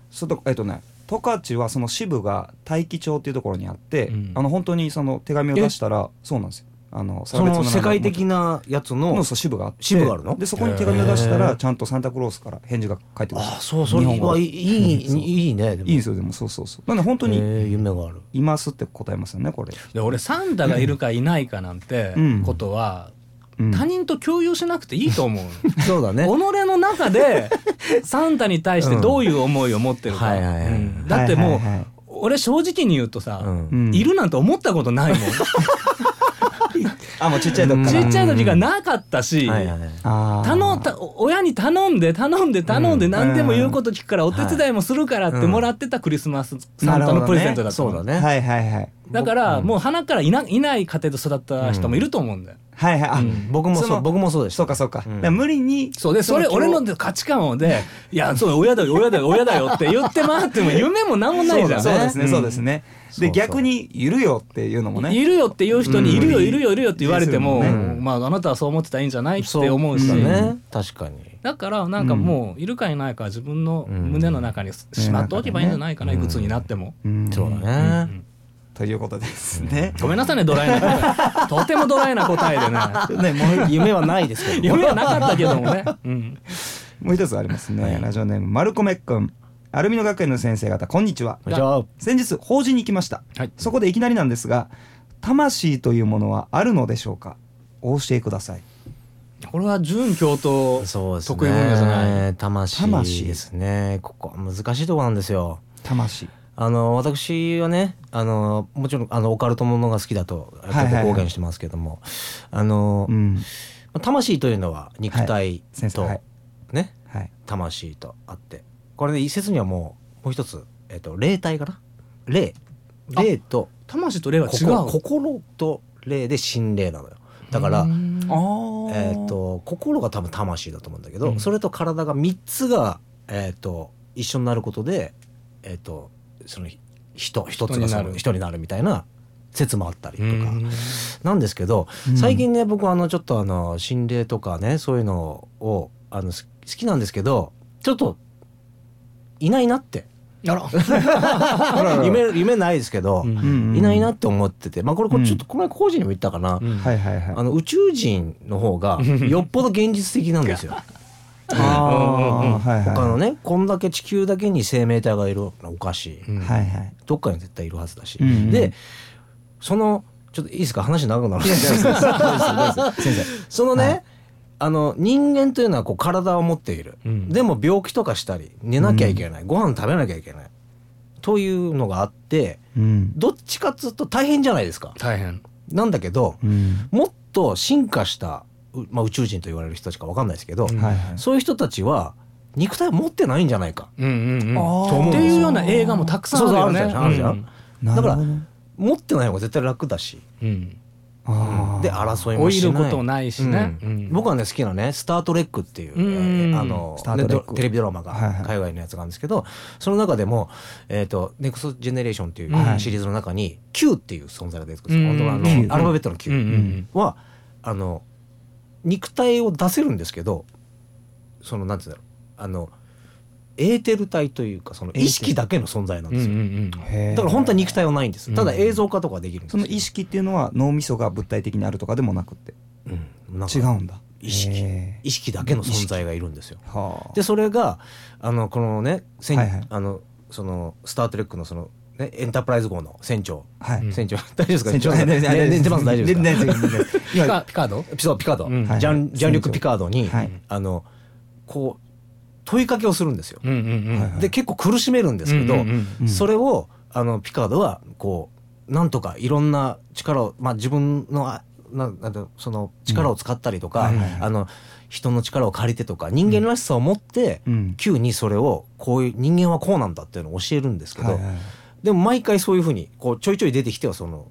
Speaker 1: そうとえっとね十勝はその支部が大気町っていうところにあって、
Speaker 3: うん
Speaker 1: あの本当にその手紙を出したらそうなんですよあの
Speaker 2: その世界的なやつ
Speaker 1: の
Speaker 2: の
Speaker 1: そう支部があって
Speaker 2: 支部があるの
Speaker 1: でそこに手紙を出した
Speaker 2: へー
Speaker 1: らちゃんとサンタクロースから返事が返ってくる
Speaker 2: あそうそれ
Speaker 1: 日本語
Speaker 2: はいい
Speaker 1: う
Speaker 2: い
Speaker 1: んそう
Speaker 2: いいいねでも
Speaker 1: いいんですよでもそうそうそうなんで本当
Speaker 2: へ
Speaker 1: に
Speaker 2: ー夢がある
Speaker 1: いますって答えますよねこれ、
Speaker 3: で俺サンタがいるかいないかなんて
Speaker 1: うん
Speaker 3: ことは、
Speaker 1: うん
Speaker 3: 他人と共有しなくていいと思うの、
Speaker 2: そうだね
Speaker 3: 己の
Speaker 2: [laughs]
Speaker 3: 中でサンタに対してどういう思いを持ってるか、
Speaker 2: うんはいはいはい
Speaker 3: うんだってもう、
Speaker 1: はいはいはい
Speaker 3: 俺正直に言うとさ、
Speaker 2: うん
Speaker 1: うん
Speaker 3: いるなんて思ったことないもん
Speaker 1: あもうちっちゃい時か
Speaker 3: ち
Speaker 1: ら
Speaker 3: っちゃい時がなかったし、
Speaker 2: はいはいはい
Speaker 1: あー
Speaker 3: 頼んた親に頼んで頼んで頼んで
Speaker 2: うん
Speaker 3: 何でも言うこと聞くからお手伝いもするからってもらってたクリスマスサンタのプレゼントだった
Speaker 2: そ
Speaker 3: の
Speaker 2: うだ
Speaker 1: はい
Speaker 2: ね
Speaker 1: はいはい
Speaker 3: だから
Speaker 2: うん
Speaker 3: もう花からいないない家庭で育った人もいると思うんだよ。
Speaker 1: はいはいあ、
Speaker 3: うん
Speaker 2: 僕も
Speaker 1: そ
Speaker 2: そう
Speaker 1: の
Speaker 2: 僕もそうでした
Speaker 1: そうかそうか,、
Speaker 2: うん
Speaker 1: だから無理に
Speaker 3: そうでそれ俺の価値観をで「いやそう親だよ親だよ親だよ」って言って
Speaker 2: [laughs]
Speaker 3: 回っても夢も何もないじゃん。
Speaker 1: そうですね、
Speaker 2: うん
Speaker 1: そうですね。
Speaker 2: そうそ
Speaker 1: で
Speaker 2: う
Speaker 1: 逆にゆるよっていうのもね。
Speaker 3: いるよっていう人に「
Speaker 2: うん
Speaker 3: いるよいるよいるよ」って言われて
Speaker 1: で
Speaker 3: も、
Speaker 1: す
Speaker 2: よね
Speaker 3: まああなたはそう思ってたらいいんじゃないって
Speaker 2: そう
Speaker 3: 思うし、
Speaker 2: だね確かに
Speaker 3: だからなんかもういるかいないかは自分の胸の中にしまっておけばいいんじゃないかな、
Speaker 2: うん
Speaker 3: いくつになっても。
Speaker 1: うん
Speaker 2: そう
Speaker 3: う
Speaker 2: だね
Speaker 3: ん
Speaker 1: ということですね。
Speaker 3: ごめんなさいねドライな答
Speaker 2: [laughs]
Speaker 3: えとてもドライな答えでね
Speaker 1: ねもう
Speaker 2: 夢はないですけど
Speaker 3: 夢はなかったけど
Speaker 2: [laughs]
Speaker 3: もね、うん、
Speaker 1: もう一つありますね。ラジオネームマルコメくん。アルミの学園の先生方こんにちは。
Speaker 2: じゃあ
Speaker 1: 先日法事に行きました。
Speaker 3: はい
Speaker 1: そこでいきなりなんですが、魂というものはあるのでしょうか。お教えください。
Speaker 3: これは準教と
Speaker 2: そうですね
Speaker 3: 得意分野じゃない
Speaker 2: 魂
Speaker 1: 魂
Speaker 2: ですねここは難しいとこなんですよ
Speaker 1: 魂。
Speaker 2: あの私はねあのもちろんあのオカルトものが好きだと
Speaker 1: いはいはい
Speaker 2: 結構公言してますけどもあの
Speaker 1: うん。
Speaker 2: 魂というのは肉
Speaker 1: は
Speaker 2: 体
Speaker 1: 先生
Speaker 2: と
Speaker 1: はい
Speaker 2: ね
Speaker 1: はい。
Speaker 2: 魂とあってこれで一説にはもうもう一つえっと霊体かな霊
Speaker 3: あ
Speaker 2: 霊と
Speaker 3: 魂と霊は違
Speaker 2: 心
Speaker 3: う
Speaker 2: 心と霊で心霊なのよだから
Speaker 3: うん
Speaker 1: ああ
Speaker 2: えー、と心が多分魂だと思うんだけど、
Speaker 3: うん
Speaker 2: それと体が3つが、えー、と一緒になることで、えー、とその人一つがそ
Speaker 3: 人にな
Speaker 2: の
Speaker 3: る
Speaker 2: 人になるみたいな説もあったりとか、
Speaker 3: うん
Speaker 2: なんですけど
Speaker 1: うん
Speaker 2: 最近ね僕あのちょっとあの心霊とかねそういうのをあのす好きなんですけどちょっといないなって
Speaker 3: あら、
Speaker 1: あらら
Speaker 2: [laughs] 夢夢ないですけど、
Speaker 3: うん
Speaker 1: うん
Speaker 2: いないなって思っててまあこれこれちょっと
Speaker 1: う
Speaker 2: この前工事にも言ったかな、
Speaker 3: うん
Speaker 1: はいはいはい。
Speaker 2: あの宇宙人の方がよっぽど現実的なんですよ。
Speaker 1: あーはいはい。
Speaker 2: 他のねこんだけ地球だけに生命体がいるのはおかしい、
Speaker 3: うん
Speaker 1: はいはい。
Speaker 2: どっかに絶対いるはずだし、
Speaker 1: うんうん
Speaker 2: でそのちょっといいですか話長くなる
Speaker 1: いや大丈夫です大丈夫です先生。
Speaker 2: [laughs] そのね、
Speaker 1: はい
Speaker 2: あの人間というのはこう体を持っている、
Speaker 3: うん
Speaker 2: でも病気とかしたり寝なきゃいけない、ご飯食べなきゃいけないというのがあって
Speaker 1: うん。
Speaker 2: どっちかっつうと大変じゃないですか
Speaker 3: 大変
Speaker 2: なんだけど
Speaker 1: うん。
Speaker 2: もっと進化した、うまあ、宇宙人と言われる人たちか分かんないですけど、
Speaker 3: うん
Speaker 1: はいはい。
Speaker 2: そういう人たちは肉体を持ってないんじゃないか
Speaker 3: うんうんうん
Speaker 1: あー
Speaker 2: と思うん
Speaker 3: っ
Speaker 2: で
Speaker 3: て
Speaker 2: すよ
Speaker 3: いうような映画もたくさんあるよね
Speaker 2: そうそうあるじゃんあるじ
Speaker 1: なるほど
Speaker 2: だ持ってない方が絶対楽だし、
Speaker 3: うんうん
Speaker 1: あー
Speaker 2: で争い
Speaker 3: 老
Speaker 2: も
Speaker 3: い
Speaker 2: し
Speaker 3: る
Speaker 2: ない
Speaker 3: ことないしね、
Speaker 2: うん
Speaker 3: うん
Speaker 2: 僕はね好きなね「スター・トレック」っていう、
Speaker 3: うん
Speaker 2: えーあの
Speaker 1: スタートレック
Speaker 2: ねテレビドラマが
Speaker 1: はいはい
Speaker 2: 海外のやつがあるんですけど、その中でも「えー、とネクスト・ジェネレーション」ってい
Speaker 3: は
Speaker 2: う
Speaker 1: い
Speaker 2: シリーズの中に「Q」っていう存在が出てくるんですよ、本当
Speaker 3: うん
Speaker 2: はあの
Speaker 1: Q
Speaker 2: アルファベットの Q
Speaker 3: うんうんうん
Speaker 2: はあの肉体を出せるんですけどそのなんて言うんだろうあのエーテル体というかその意識だけの存在なん
Speaker 3: うん
Speaker 2: で
Speaker 3: うん
Speaker 2: す
Speaker 3: う
Speaker 2: よ、
Speaker 3: ん
Speaker 1: へー
Speaker 2: だから本当は肉体はないんです、
Speaker 3: うん
Speaker 2: ただ映像化とかはできるんです
Speaker 1: そ
Speaker 2: よ
Speaker 1: の意識っていうのは脳みそが物体的にあるとかでもなくって
Speaker 2: うんなんか
Speaker 1: 違うんだ
Speaker 2: 意識
Speaker 1: へ
Speaker 2: 意識だけの存在がいるんですよ。
Speaker 1: ーはあ
Speaker 2: でそれがあのこのね、せん
Speaker 1: はいはい
Speaker 2: あのそのスター・トレックのその、ね、エンタープライズ号の船長、
Speaker 1: はい
Speaker 3: うん
Speaker 2: 船長 [laughs] 大丈夫ですか
Speaker 1: 船長
Speaker 2: ねねね出ます大丈夫ですか
Speaker 1: 出てます大丈夫です
Speaker 3: ピ
Speaker 1: 今
Speaker 3: カピカード
Speaker 2: ピそうピカード、
Speaker 3: うん
Speaker 2: ジャンジャンリュック・ピカードに、
Speaker 1: はい
Speaker 2: あのこう問いかけをするんですよ。
Speaker 3: うんうんうん
Speaker 1: はい
Speaker 2: で結構苦しめるんですけど、
Speaker 3: うんうん
Speaker 1: うん
Speaker 2: それをあのピカードはこうなんとかいろんな力を、まあ、自分のあななんだその力を使ったりとか、
Speaker 1: うんはいはいはい
Speaker 2: あの人の力を借りてとか人間らしさを持って、
Speaker 1: うん
Speaker 2: 急にそれをこういう人間はこうなんだっていうのを教えるんですけど、
Speaker 1: はいはい
Speaker 2: でも毎回そういうふうにこうちょいちょい出てきてはその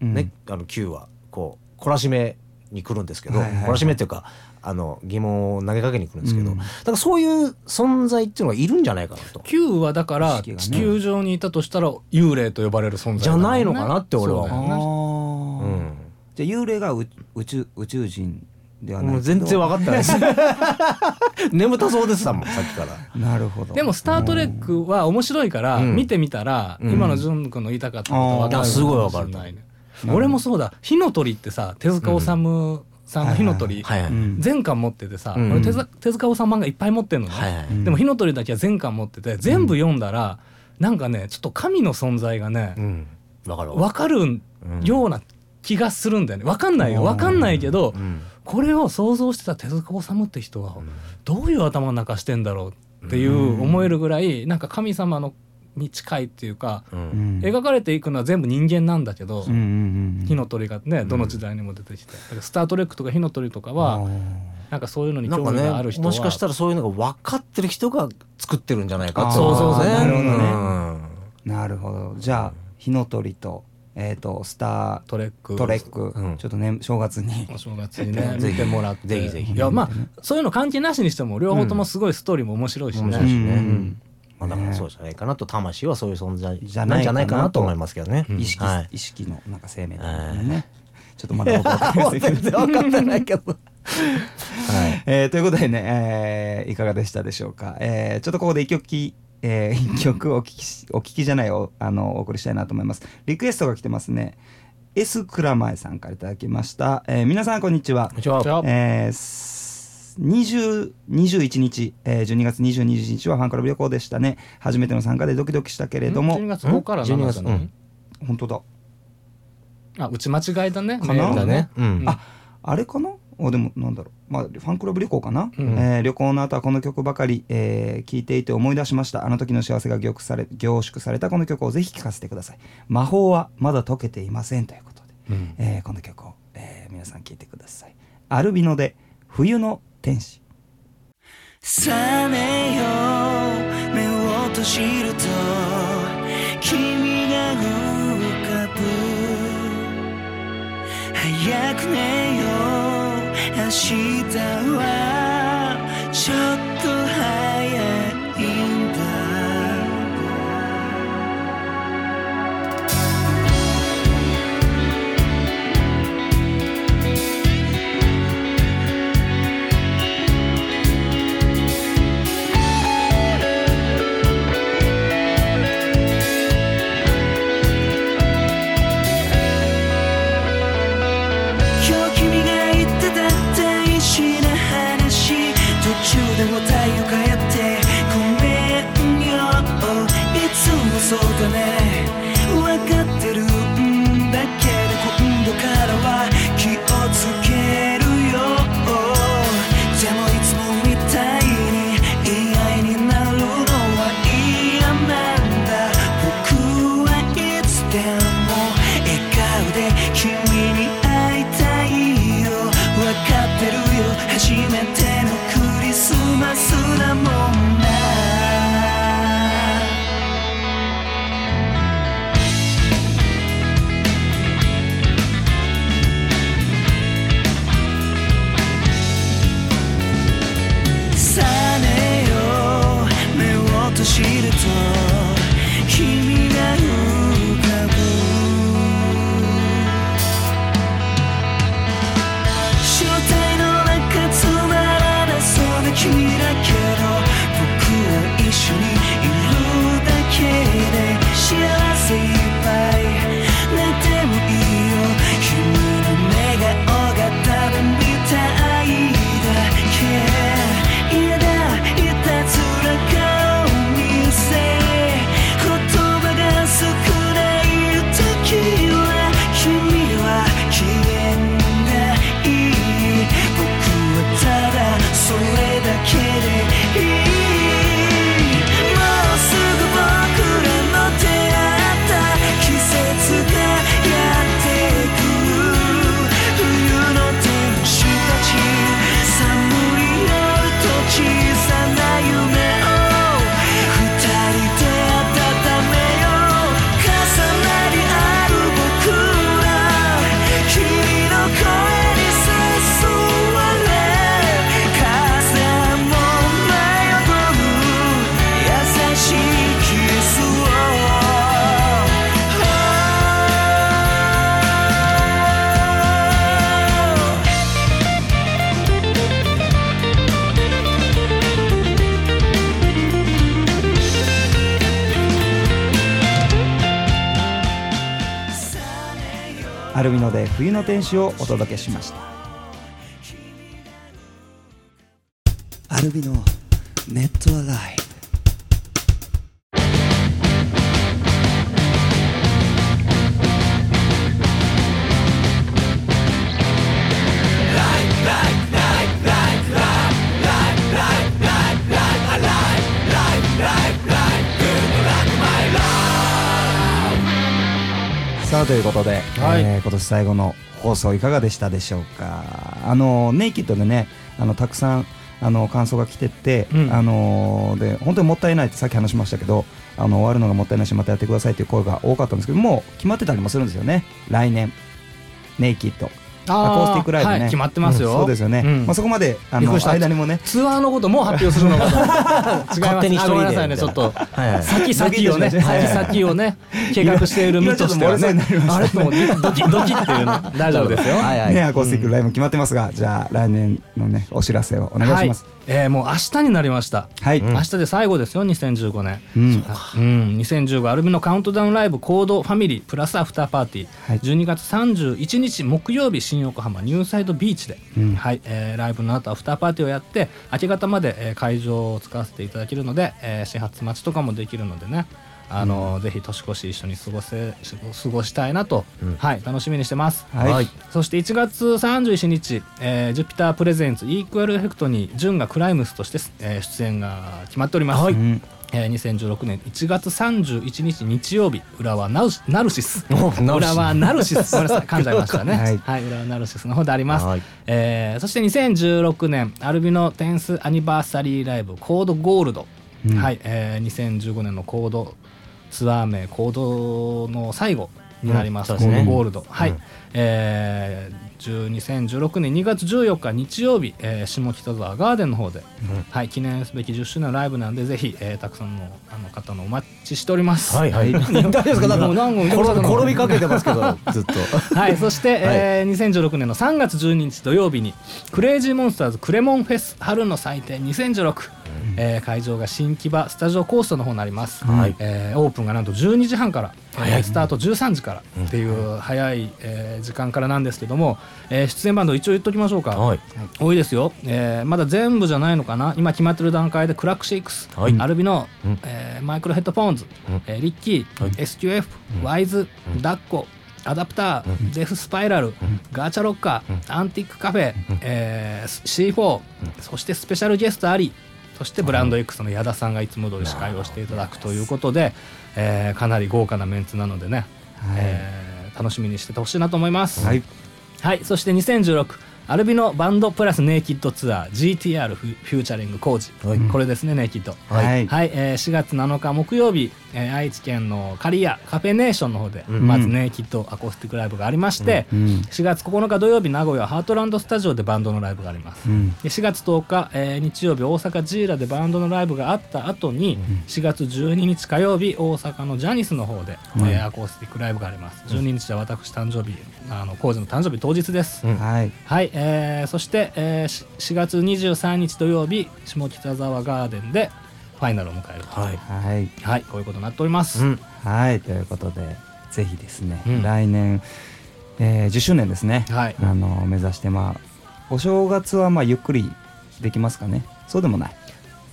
Speaker 1: うん
Speaker 2: ね、あの Q はこう懲らしめに来るんですけど
Speaker 1: はいはいはい
Speaker 2: 懲らしめっていうかあの疑問を投げかけに来るんですけど、
Speaker 1: うん
Speaker 2: だからそういう存在っていうのがいるんじゃないかなと。
Speaker 3: Q はだから
Speaker 1: 意識がね
Speaker 3: 地球上にいたとしたら幽霊と呼ばれる存在
Speaker 2: じゃないのかなって俺は
Speaker 3: そうだ
Speaker 1: あ
Speaker 3: よ
Speaker 2: 思
Speaker 3: ね
Speaker 2: う
Speaker 1: ー
Speaker 2: うん
Speaker 1: じゃあ幽霊がう宇宙宇宙人ではない
Speaker 2: もう全然
Speaker 1: わ
Speaker 2: 分かってないです [laughs] 眠たそうですだもんさっきから
Speaker 1: なるほど
Speaker 3: でも「スター・トレック」は面白いから
Speaker 2: うん
Speaker 3: 見てみたら
Speaker 2: うん
Speaker 3: 今のジョン君の言いたかったことわか
Speaker 1: あー
Speaker 3: る
Speaker 2: すごいわかる
Speaker 3: もしれないね俺もそうだ「火の鳥」ってさ手塚治虫さんの「火の鳥」
Speaker 2: はいはい、
Speaker 1: うん
Speaker 3: 全巻持っててさ
Speaker 2: うん
Speaker 3: 俺手塚手塚治虫漫画いっぱい持ってんの
Speaker 2: はい
Speaker 3: ね
Speaker 2: はい
Speaker 1: うん
Speaker 3: でも「火の鳥」だけは全巻持ってて全部読んだらなんかねちょっと神の存在がね
Speaker 2: うんわかる
Speaker 3: 分かる
Speaker 2: うん
Speaker 3: ような気がするんだよね分かんないよ分かんないけど
Speaker 2: うん
Speaker 3: これを想像してた手塚治虫って人はどういう頭の中してんだろうっていう思えるぐらいなんか神様のに近いっていうか
Speaker 2: う
Speaker 1: うんん
Speaker 3: 描かれていくのは全部人間なんだけど
Speaker 1: うんうんうん
Speaker 3: 火の鳥がねどの時代にも出てきてだからスター・トレック」とか「火の鳥」とかはなんかそういうのに
Speaker 2: なん
Speaker 3: 興
Speaker 2: か
Speaker 3: 味がある
Speaker 2: ね
Speaker 3: 人は
Speaker 2: もしかしたらそういうのが分かってる人が作ってるんじゃないかって
Speaker 1: あー
Speaker 2: 思んです
Speaker 1: そうそうそうなるほどね
Speaker 2: うん
Speaker 1: なるほどじゃあ火の鳥とえっとスタ
Speaker 3: トレック
Speaker 1: ートレック
Speaker 2: うん
Speaker 1: ちょっとね正月に
Speaker 3: お正月にね
Speaker 2: ぜひ
Speaker 3: 見てもらって
Speaker 2: ぜひぜひ
Speaker 3: いやまあそういうの関係なしにしても両方ともすごいストーリーも面白いし
Speaker 2: 面
Speaker 3: ね、
Speaker 2: 白いしね、
Speaker 1: うん
Speaker 2: まあ、だからそうじゃないかなと魂はそういう存在
Speaker 1: じゃ
Speaker 2: な
Speaker 1: なんい
Speaker 2: じゃ
Speaker 1: かなと
Speaker 2: ないかなと思いますけどね、
Speaker 1: 意識
Speaker 2: はい
Speaker 1: 意識のなんか生命みたいなねちょっとまだ僕はわかりませんけど
Speaker 2: 全然分かってないけどはい
Speaker 1: えーということでね、えーいかがでしたでしょうか、えーちょっとここで一曲き、えー一曲お聞きしお聞きじゃないをあのお送りしたいなと思いますリクエストが来てますね S 蔵前さんからいただきました、えー皆さんこんにちは
Speaker 2: こんにちは
Speaker 3: じゃあ
Speaker 1: えーす20 21日、えー12月22日はファンクラブ旅行でしたね初めての参加でドキドキしたけれども
Speaker 3: 12月5から7
Speaker 2: う
Speaker 3: じゃ
Speaker 2: ん
Speaker 3: ない、
Speaker 2: うん
Speaker 1: 本当だ
Speaker 3: あうち間違えたね
Speaker 1: かな
Speaker 3: メール
Speaker 2: だね、うん、
Speaker 1: ああれかなあでもなんだろう、まあ、ファンクラブ旅行かな、
Speaker 3: うん
Speaker 1: えー旅行の後はこの曲ばかり聴、えー、聴いていて思い出しましたあの時の幸せが凝縮され凝縮されたこの曲をぜひ聴かせてください魔法はまだ解けていませんということで、
Speaker 3: うん
Speaker 1: えーこの曲を、えー皆さん聴いてくださいアルビノで「冬の天使」
Speaker 4: さねよ目を閉じると君が浮かぶ早く寝よ明日はちょっと早いんだ今日君が言ってた大事な話途中で答えを変えてごめんよいつもそうだねわかってるんだけど今度からは気をつけるよでもいつもみたいに嫌いになるのは嫌なんだ僕はいつでも笑顔で君に会いたいよ分かってるよ初めてのクリスマスだもんなさねよ目を閉じると君が浮かぶ正体の中つまらなそうな君だけど僕は一緒にいるだけで幸せいっぱい寝てもいいよ君の笑顔が多分みたいだけいやだいたずら顔見せ言葉が
Speaker 1: ので冬の天使をお届けしましたアルビのネットアライさあということで、
Speaker 2: はい
Speaker 1: えー今年最後の放送いかがでしたでしょうかあのネイキッドでねあのたくさんあの感想が来てて、
Speaker 3: うん
Speaker 1: あので本当にもったいないってさっき話しましたけどあの終わるのがもったいないしまたやってくださいっていう声が多かったんですけどもう決まってたりもするんですよね来年ネイキッドアコースティックライブね、
Speaker 3: はい決まってますよ
Speaker 1: うんそうですよね、
Speaker 3: うん
Speaker 1: まあ、そこまであ
Speaker 3: びっく
Speaker 1: の
Speaker 3: りした
Speaker 1: 間にもね
Speaker 3: ツアーのこともう発表するのか
Speaker 1: [laughs]
Speaker 3: と違いま
Speaker 2: 勝
Speaker 3: す
Speaker 2: 手に一人で
Speaker 3: あごめんなさいねちょっと
Speaker 2: はいはい
Speaker 3: 先々を
Speaker 1: ド
Speaker 3: ね
Speaker 1: キドキしましたね
Speaker 3: 先々をね計画している身としては
Speaker 1: 今ちょっと漏れそうになりまし
Speaker 3: ね
Speaker 1: た
Speaker 3: あれともドキドキっていうの大丈夫ですよ
Speaker 2: はいはい
Speaker 1: ね、アコースティックライブも決まってますが、じゃあ来年のねお知らせをお願いします。
Speaker 3: えーもう明日になりました
Speaker 1: はい、
Speaker 2: ん
Speaker 3: 明日で最後ですよ2015年
Speaker 1: うん
Speaker 3: うん、2015アルミのカウントダウンライブコードファミリープラスアフターパーティー、
Speaker 1: はい
Speaker 3: 12月31日木曜日新横浜ニューサイドビーチで、
Speaker 1: うん
Speaker 3: はいえーライブの後アフターパーティーをやって明け方まで、えー会場を使わせていただけるので、えー始発待ちとかもできるのでねあのーぜひ年越し一緒に過ごせ過ごしたいなと、はい、楽しみにしてます。
Speaker 1: はい
Speaker 2: はい
Speaker 3: そして1月31日、えー、ジュピタープレゼンツイークアルエフェクトにジュンがクライムスとして、えー出演が決まっております、
Speaker 1: うん
Speaker 3: えー2016年1月31日日曜日浦和ナウシナルシス
Speaker 2: おナルシ
Speaker 3: 浦
Speaker 2: ス
Speaker 3: 和ナルシスごめんなさい噛んじゃいましたね
Speaker 1: は
Speaker 3: はいい、浦和ナルシスの方であります、
Speaker 2: はい
Speaker 3: えーそして2016年アルビノテンスアニバーサリーライブコードゴールド、
Speaker 1: うん
Speaker 3: はい、えー2015年のコードツアー名コードの最後になります、
Speaker 2: うん
Speaker 3: コ
Speaker 2: そうですね
Speaker 3: ードゴールド、はい、
Speaker 2: うん
Speaker 3: えー、2016年2月14日日曜日、えー下北沢ガーデンの方で、はい、記念すべき10周年のライブなんでぜひ、えーたくさんのあの方のお待ちしております。
Speaker 2: はいはい [laughs] 大丈夫ですかなん
Speaker 3: もう
Speaker 2: か
Speaker 3: 何個も
Speaker 2: 転び転びかけてますけ [laughs] どずっと
Speaker 3: [laughs] はい、そして、えー2016年の3月12日土曜日にクレイジーモンスターズクレモンフェス春の祭典2016、えー会場が新木場スタジオコーストの方になります、
Speaker 2: はい
Speaker 3: えーオープンがなんと12時半から、えースタート13時からっていう早い、えー時間からなんですけども、えー出演バンド一応言っときましょうか、
Speaker 2: はい
Speaker 3: 多いですよ、えーまだ全部じゃないのかな今決まってる段階でクラックシックス、
Speaker 2: はい
Speaker 3: アルビノ、
Speaker 2: うん
Speaker 3: えーマイクロヘッドポーンズ、
Speaker 2: うん
Speaker 3: えーリッキー、
Speaker 2: はい
Speaker 3: SQF、ワイズ、ダッコアダプター、デフスパイラル、ガーチャロッカー、アンティックカフェ、えー C4、そしてスペシャルゲストありそしてブランド X の矢田さんがいつも通り司会をしていただくということで、えーかなり豪華なメンツなのでね、えー楽しみにしててほしいなと思います。
Speaker 1: はい、
Speaker 3: はい、そして2016アルビノバンドプラスネイキッドツアー GTR フュフューチャリング工事、これですねネイキッド
Speaker 1: はい
Speaker 3: えー4月7日木曜日、えー愛知県の刈谷カフェネーションの方で、
Speaker 1: ん
Speaker 3: まずネイキッドアコースティックライブがありまして、
Speaker 1: うん
Speaker 3: 4月9日土曜日名古屋ハートランドスタジオでバンドのライブがあります、
Speaker 1: うん
Speaker 3: で4月10日、えー日曜日大阪ジーラでバンドのライブがあった後に、4月12日火曜日大阪のジャニスの方で、えーアコースティックライブがあります12日は私誕生日あの工事の誕生日当日です、
Speaker 1: はい、
Speaker 3: はい、えーそして、えーし4月23日土曜日下北沢ガーデンでファイナルを迎えると
Speaker 2: はい
Speaker 1: はい、
Speaker 3: はいこういうことになっております、
Speaker 2: うん
Speaker 1: はい、ということで、ぜひですね、
Speaker 3: うん
Speaker 1: 来年、えー10周年ですね、
Speaker 3: はい
Speaker 1: あの目指して、まあ、お正月はまあゆっくりできますかね、そうでもない。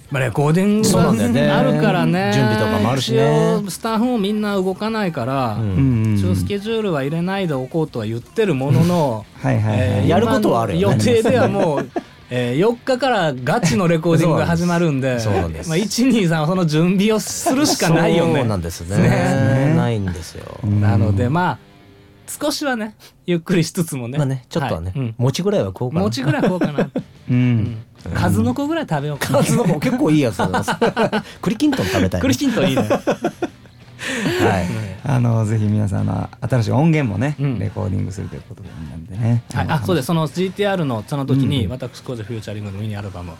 Speaker 3: まあ、レコーディング
Speaker 2: そうなんだよね
Speaker 3: があるからね
Speaker 2: 準備とかもあるしね
Speaker 3: 一応スタッフもみんな動かないから、
Speaker 2: うん
Speaker 1: うん
Speaker 3: 一応スケジュールは入れないでおこうとは言ってるもの
Speaker 2: [laughs]
Speaker 3: の、
Speaker 1: はいはいはい、
Speaker 3: えー
Speaker 2: やることはあるよね
Speaker 3: 今の予定では
Speaker 2: [laughs]
Speaker 3: もう、えー4日からガチのレコーディングが始まるんで
Speaker 2: そうなんです
Speaker 3: まあ、123はその準備をするしかないよね
Speaker 2: そうなんですねないんですよ
Speaker 1: うん
Speaker 3: なのでまあ少しはねゆっくりしつつもね,、
Speaker 2: まあねちょっとはね
Speaker 3: いうん
Speaker 2: 餅ぐらいは食おうかな
Speaker 3: 餅ぐらい食おうかな、
Speaker 2: [laughs]
Speaker 1: うん、
Speaker 3: 数の子ぐらい食べようかな [laughs]
Speaker 2: 数の子結構いいやつ [laughs] だな栗きんとん食べたいね
Speaker 3: 栗きんとんいいね、
Speaker 2: はい
Speaker 1: あのぜひ皆さんの新しい音源もね、
Speaker 3: うん
Speaker 1: レコーディングするということなんでね、
Speaker 3: はい、あそうですすその GTR のその時に、
Speaker 1: うん
Speaker 3: 私コージフューチャリングのミニアルバム、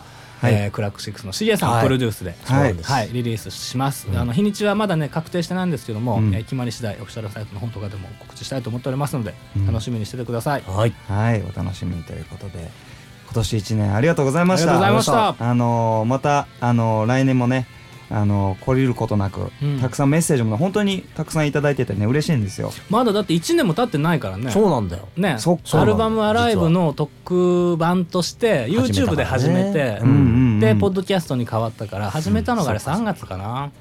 Speaker 1: はい
Speaker 3: えークラックシックスのシゲさ
Speaker 2: は
Speaker 3: ん
Speaker 2: い
Speaker 3: プロデュースで、
Speaker 1: はい
Speaker 3: はいリリースします、あの日にちはまだね確定してないんですけども、
Speaker 1: うん
Speaker 3: えー決まり次第オフィシャルサイトの本とかでも告知したいと思っておりますので、
Speaker 1: うん
Speaker 3: 楽しみにしててください、
Speaker 2: はい
Speaker 1: はい、お楽しみということで、今年一年ありがとうございました。
Speaker 3: ありがとうございました
Speaker 1: あのーまたあのー来年もね、あの懲りることなく、
Speaker 3: うん
Speaker 1: たくさんメッセージも本当にたくさんいただいててね嬉しいんですよ。
Speaker 3: まだだって1年も経ってないからね
Speaker 2: そうなんだよ
Speaker 3: ね
Speaker 1: そっか
Speaker 3: アルバム「アライブ」の特番として
Speaker 2: めたからね
Speaker 3: YouTube で始めて
Speaker 2: うん
Speaker 3: でポッドキャストに変わったから始めたのがあれ
Speaker 2: そうか
Speaker 3: 3月かな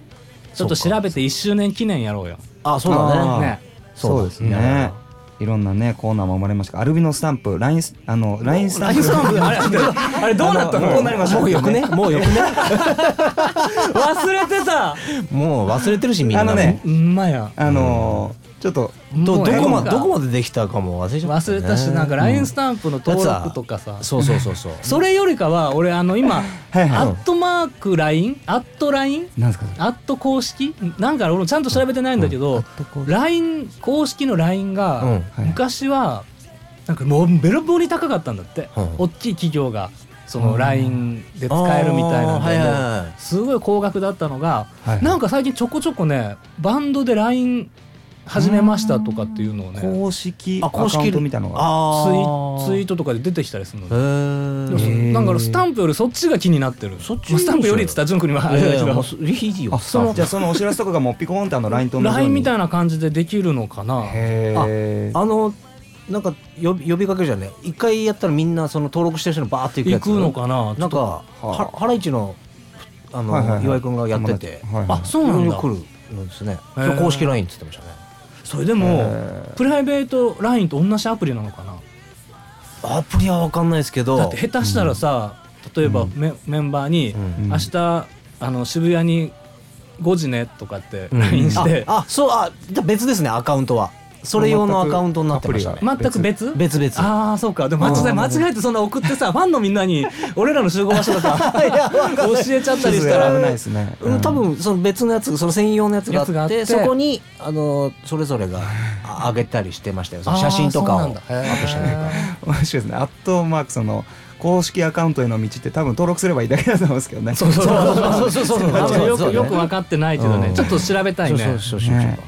Speaker 3: ち
Speaker 2: そ
Speaker 3: ょ
Speaker 2: う
Speaker 3: っ
Speaker 2: か
Speaker 3: と調べて1周年記念やろうよ
Speaker 2: あそうだ
Speaker 1: あー
Speaker 2: ね
Speaker 3: ね
Speaker 1: そうです
Speaker 2: やだや
Speaker 1: ね。いろんなねコーナーも生まれましたがアルビノスタンプ、ラインスあのラインスタ
Speaker 3: ラ
Speaker 1: ン
Speaker 3: イン
Speaker 1: プ
Speaker 3: スタンプあれあれどうなったの
Speaker 1: あの
Speaker 3: こうなりました
Speaker 2: もうよくねもうよくね [laughs]
Speaker 3: 忘れてた
Speaker 2: もう忘れてるしみんな
Speaker 1: あのね
Speaker 3: うんまや
Speaker 1: あのーちょっと
Speaker 2: どどこま
Speaker 3: もうええのか
Speaker 2: どこまでできたかも忘れちゃった
Speaker 3: 忘れたしなんか
Speaker 2: ラ
Speaker 3: ラ
Speaker 2: イ
Speaker 3: イン
Speaker 2: ン
Speaker 3: スタンプの登録とかさ
Speaker 2: そうそうそうそう
Speaker 3: それよりかは俺あの今
Speaker 1: はいはい
Speaker 3: アットマーク LINE アット LINE
Speaker 1: なんですか。
Speaker 3: アット公式なんか俺もちゃんと調べてないんだけど、LINE 公式の LINE が、
Speaker 2: うん
Speaker 1: い
Speaker 3: 昔はなんかもうべろぼうに高かったんだって、
Speaker 2: うん
Speaker 3: 大きい企業がその LINE で使えるみたいな
Speaker 2: あー
Speaker 3: ん
Speaker 2: はい
Speaker 3: で、
Speaker 2: はい
Speaker 3: もう
Speaker 2: は
Speaker 3: すごい高額だったのが、
Speaker 1: はい
Speaker 3: なんか最近ちょこちょこねバンドで LINE 始めましたとかっていうのをねツイ
Speaker 1: 公式
Speaker 2: あ
Speaker 1: アカ
Speaker 2: 公式
Speaker 1: ウントみたいなのが
Speaker 2: あ
Speaker 3: ツイートとかで出てきたりするの
Speaker 2: へ
Speaker 3: で。でもそ
Speaker 2: え
Speaker 3: なんかスタンプよりそっちが気になってる
Speaker 2: そっち
Speaker 3: まあスタンプよりって言ったらジュン君にはあれだけど、
Speaker 2: いいいいよ
Speaker 1: あそのじゃあそのお知らせとかがもうピコーンってあのラインと同じように
Speaker 3: LINE みたいな感じでできるのかな
Speaker 1: へー
Speaker 2: あのなんか呼び呼びかけるじゃんね一回やったらみんなその登録してる人のバーって行くや
Speaker 3: 行
Speaker 2: つ
Speaker 3: くのかな
Speaker 2: なんかはハライチのあの、
Speaker 1: はいはいはい
Speaker 2: 岩井君がやってて、
Speaker 1: 友達はいはい
Speaker 2: あ
Speaker 3: そうなんだ
Speaker 2: いろいろ来るんですね、
Speaker 3: へー
Speaker 2: 公式 LINE って言ってましたね
Speaker 3: それで
Speaker 1: へ
Speaker 3: も
Speaker 1: ー
Speaker 3: プライベート LINE と同じアプリなのかな
Speaker 2: アプリは分かんないですけど
Speaker 3: だって下手したらさ、例えばメ,、メンバーに、
Speaker 2: うん
Speaker 3: 明日あの渋谷に5時ね」とかって
Speaker 2: うん
Speaker 3: LINE して、
Speaker 2: ああそうあじゃあ別ですねアカウントはそれ用のアカウントになってました
Speaker 1: ア
Speaker 2: ね
Speaker 1: プリが
Speaker 3: 全く別
Speaker 2: 別々
Speaker 3: ああそうかでも間違え間違えてそんな送ってさファンのみんなに俺らの集合場所とか
Speaker 2: [laughs]
Speaker 3: 教えちゃったりした
Speaker 1: ちょっと危
Speaker 3: ら
Speaker 1: ないですね。
Speaker 2: うん、多分その別のやつその専用のやつがあって
Speaker 3: やつがあって
Speaker 2: そこにあのそれぞれがあ上げたりしてましたよその写真とかをアップしてね
Speaker 1: [laughs] 面白いですね。アットマークその公式アカウントへの道って多分登録すればいいだけだと思うんですけどね。
Speaker 3: そうそうそうそうそうそう
Speaker 2: そうそう
Speaker 3: よくよく分かってないけどね、
Speaker 2: うん
Speaker 3: ちょっと調べたい
Speaker 2: そう
Speaker 3: ね
Speaker 2: そうそうそう
Speaker 1: ね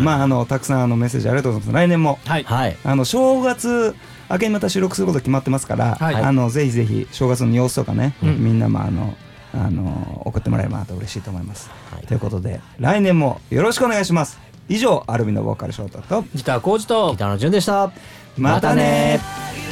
Speaker 1: まああのたくさんあのメッセージありがとうございます。来年も
Speaker 3: はい、
Speaker 2: はい
Speaker 1: あの正月明けにまた収録すること決まってますから、
Speaker 3: はい
Speaker 1: あのぜひぜひ正月の様子とかね、
Speaker 3: うん
Speaker 1: みんなもあのあの送ってもらえればと嬉しいと思います。
Speaker 2: はい
Speaker 1: ということで来年もよろしくお願いします。以上アルミのボーカルショートと
Speaker 3: ギターコーチと
Speaker 2: ギターの順でした
Speaker 1: またね
Speaker 4: 「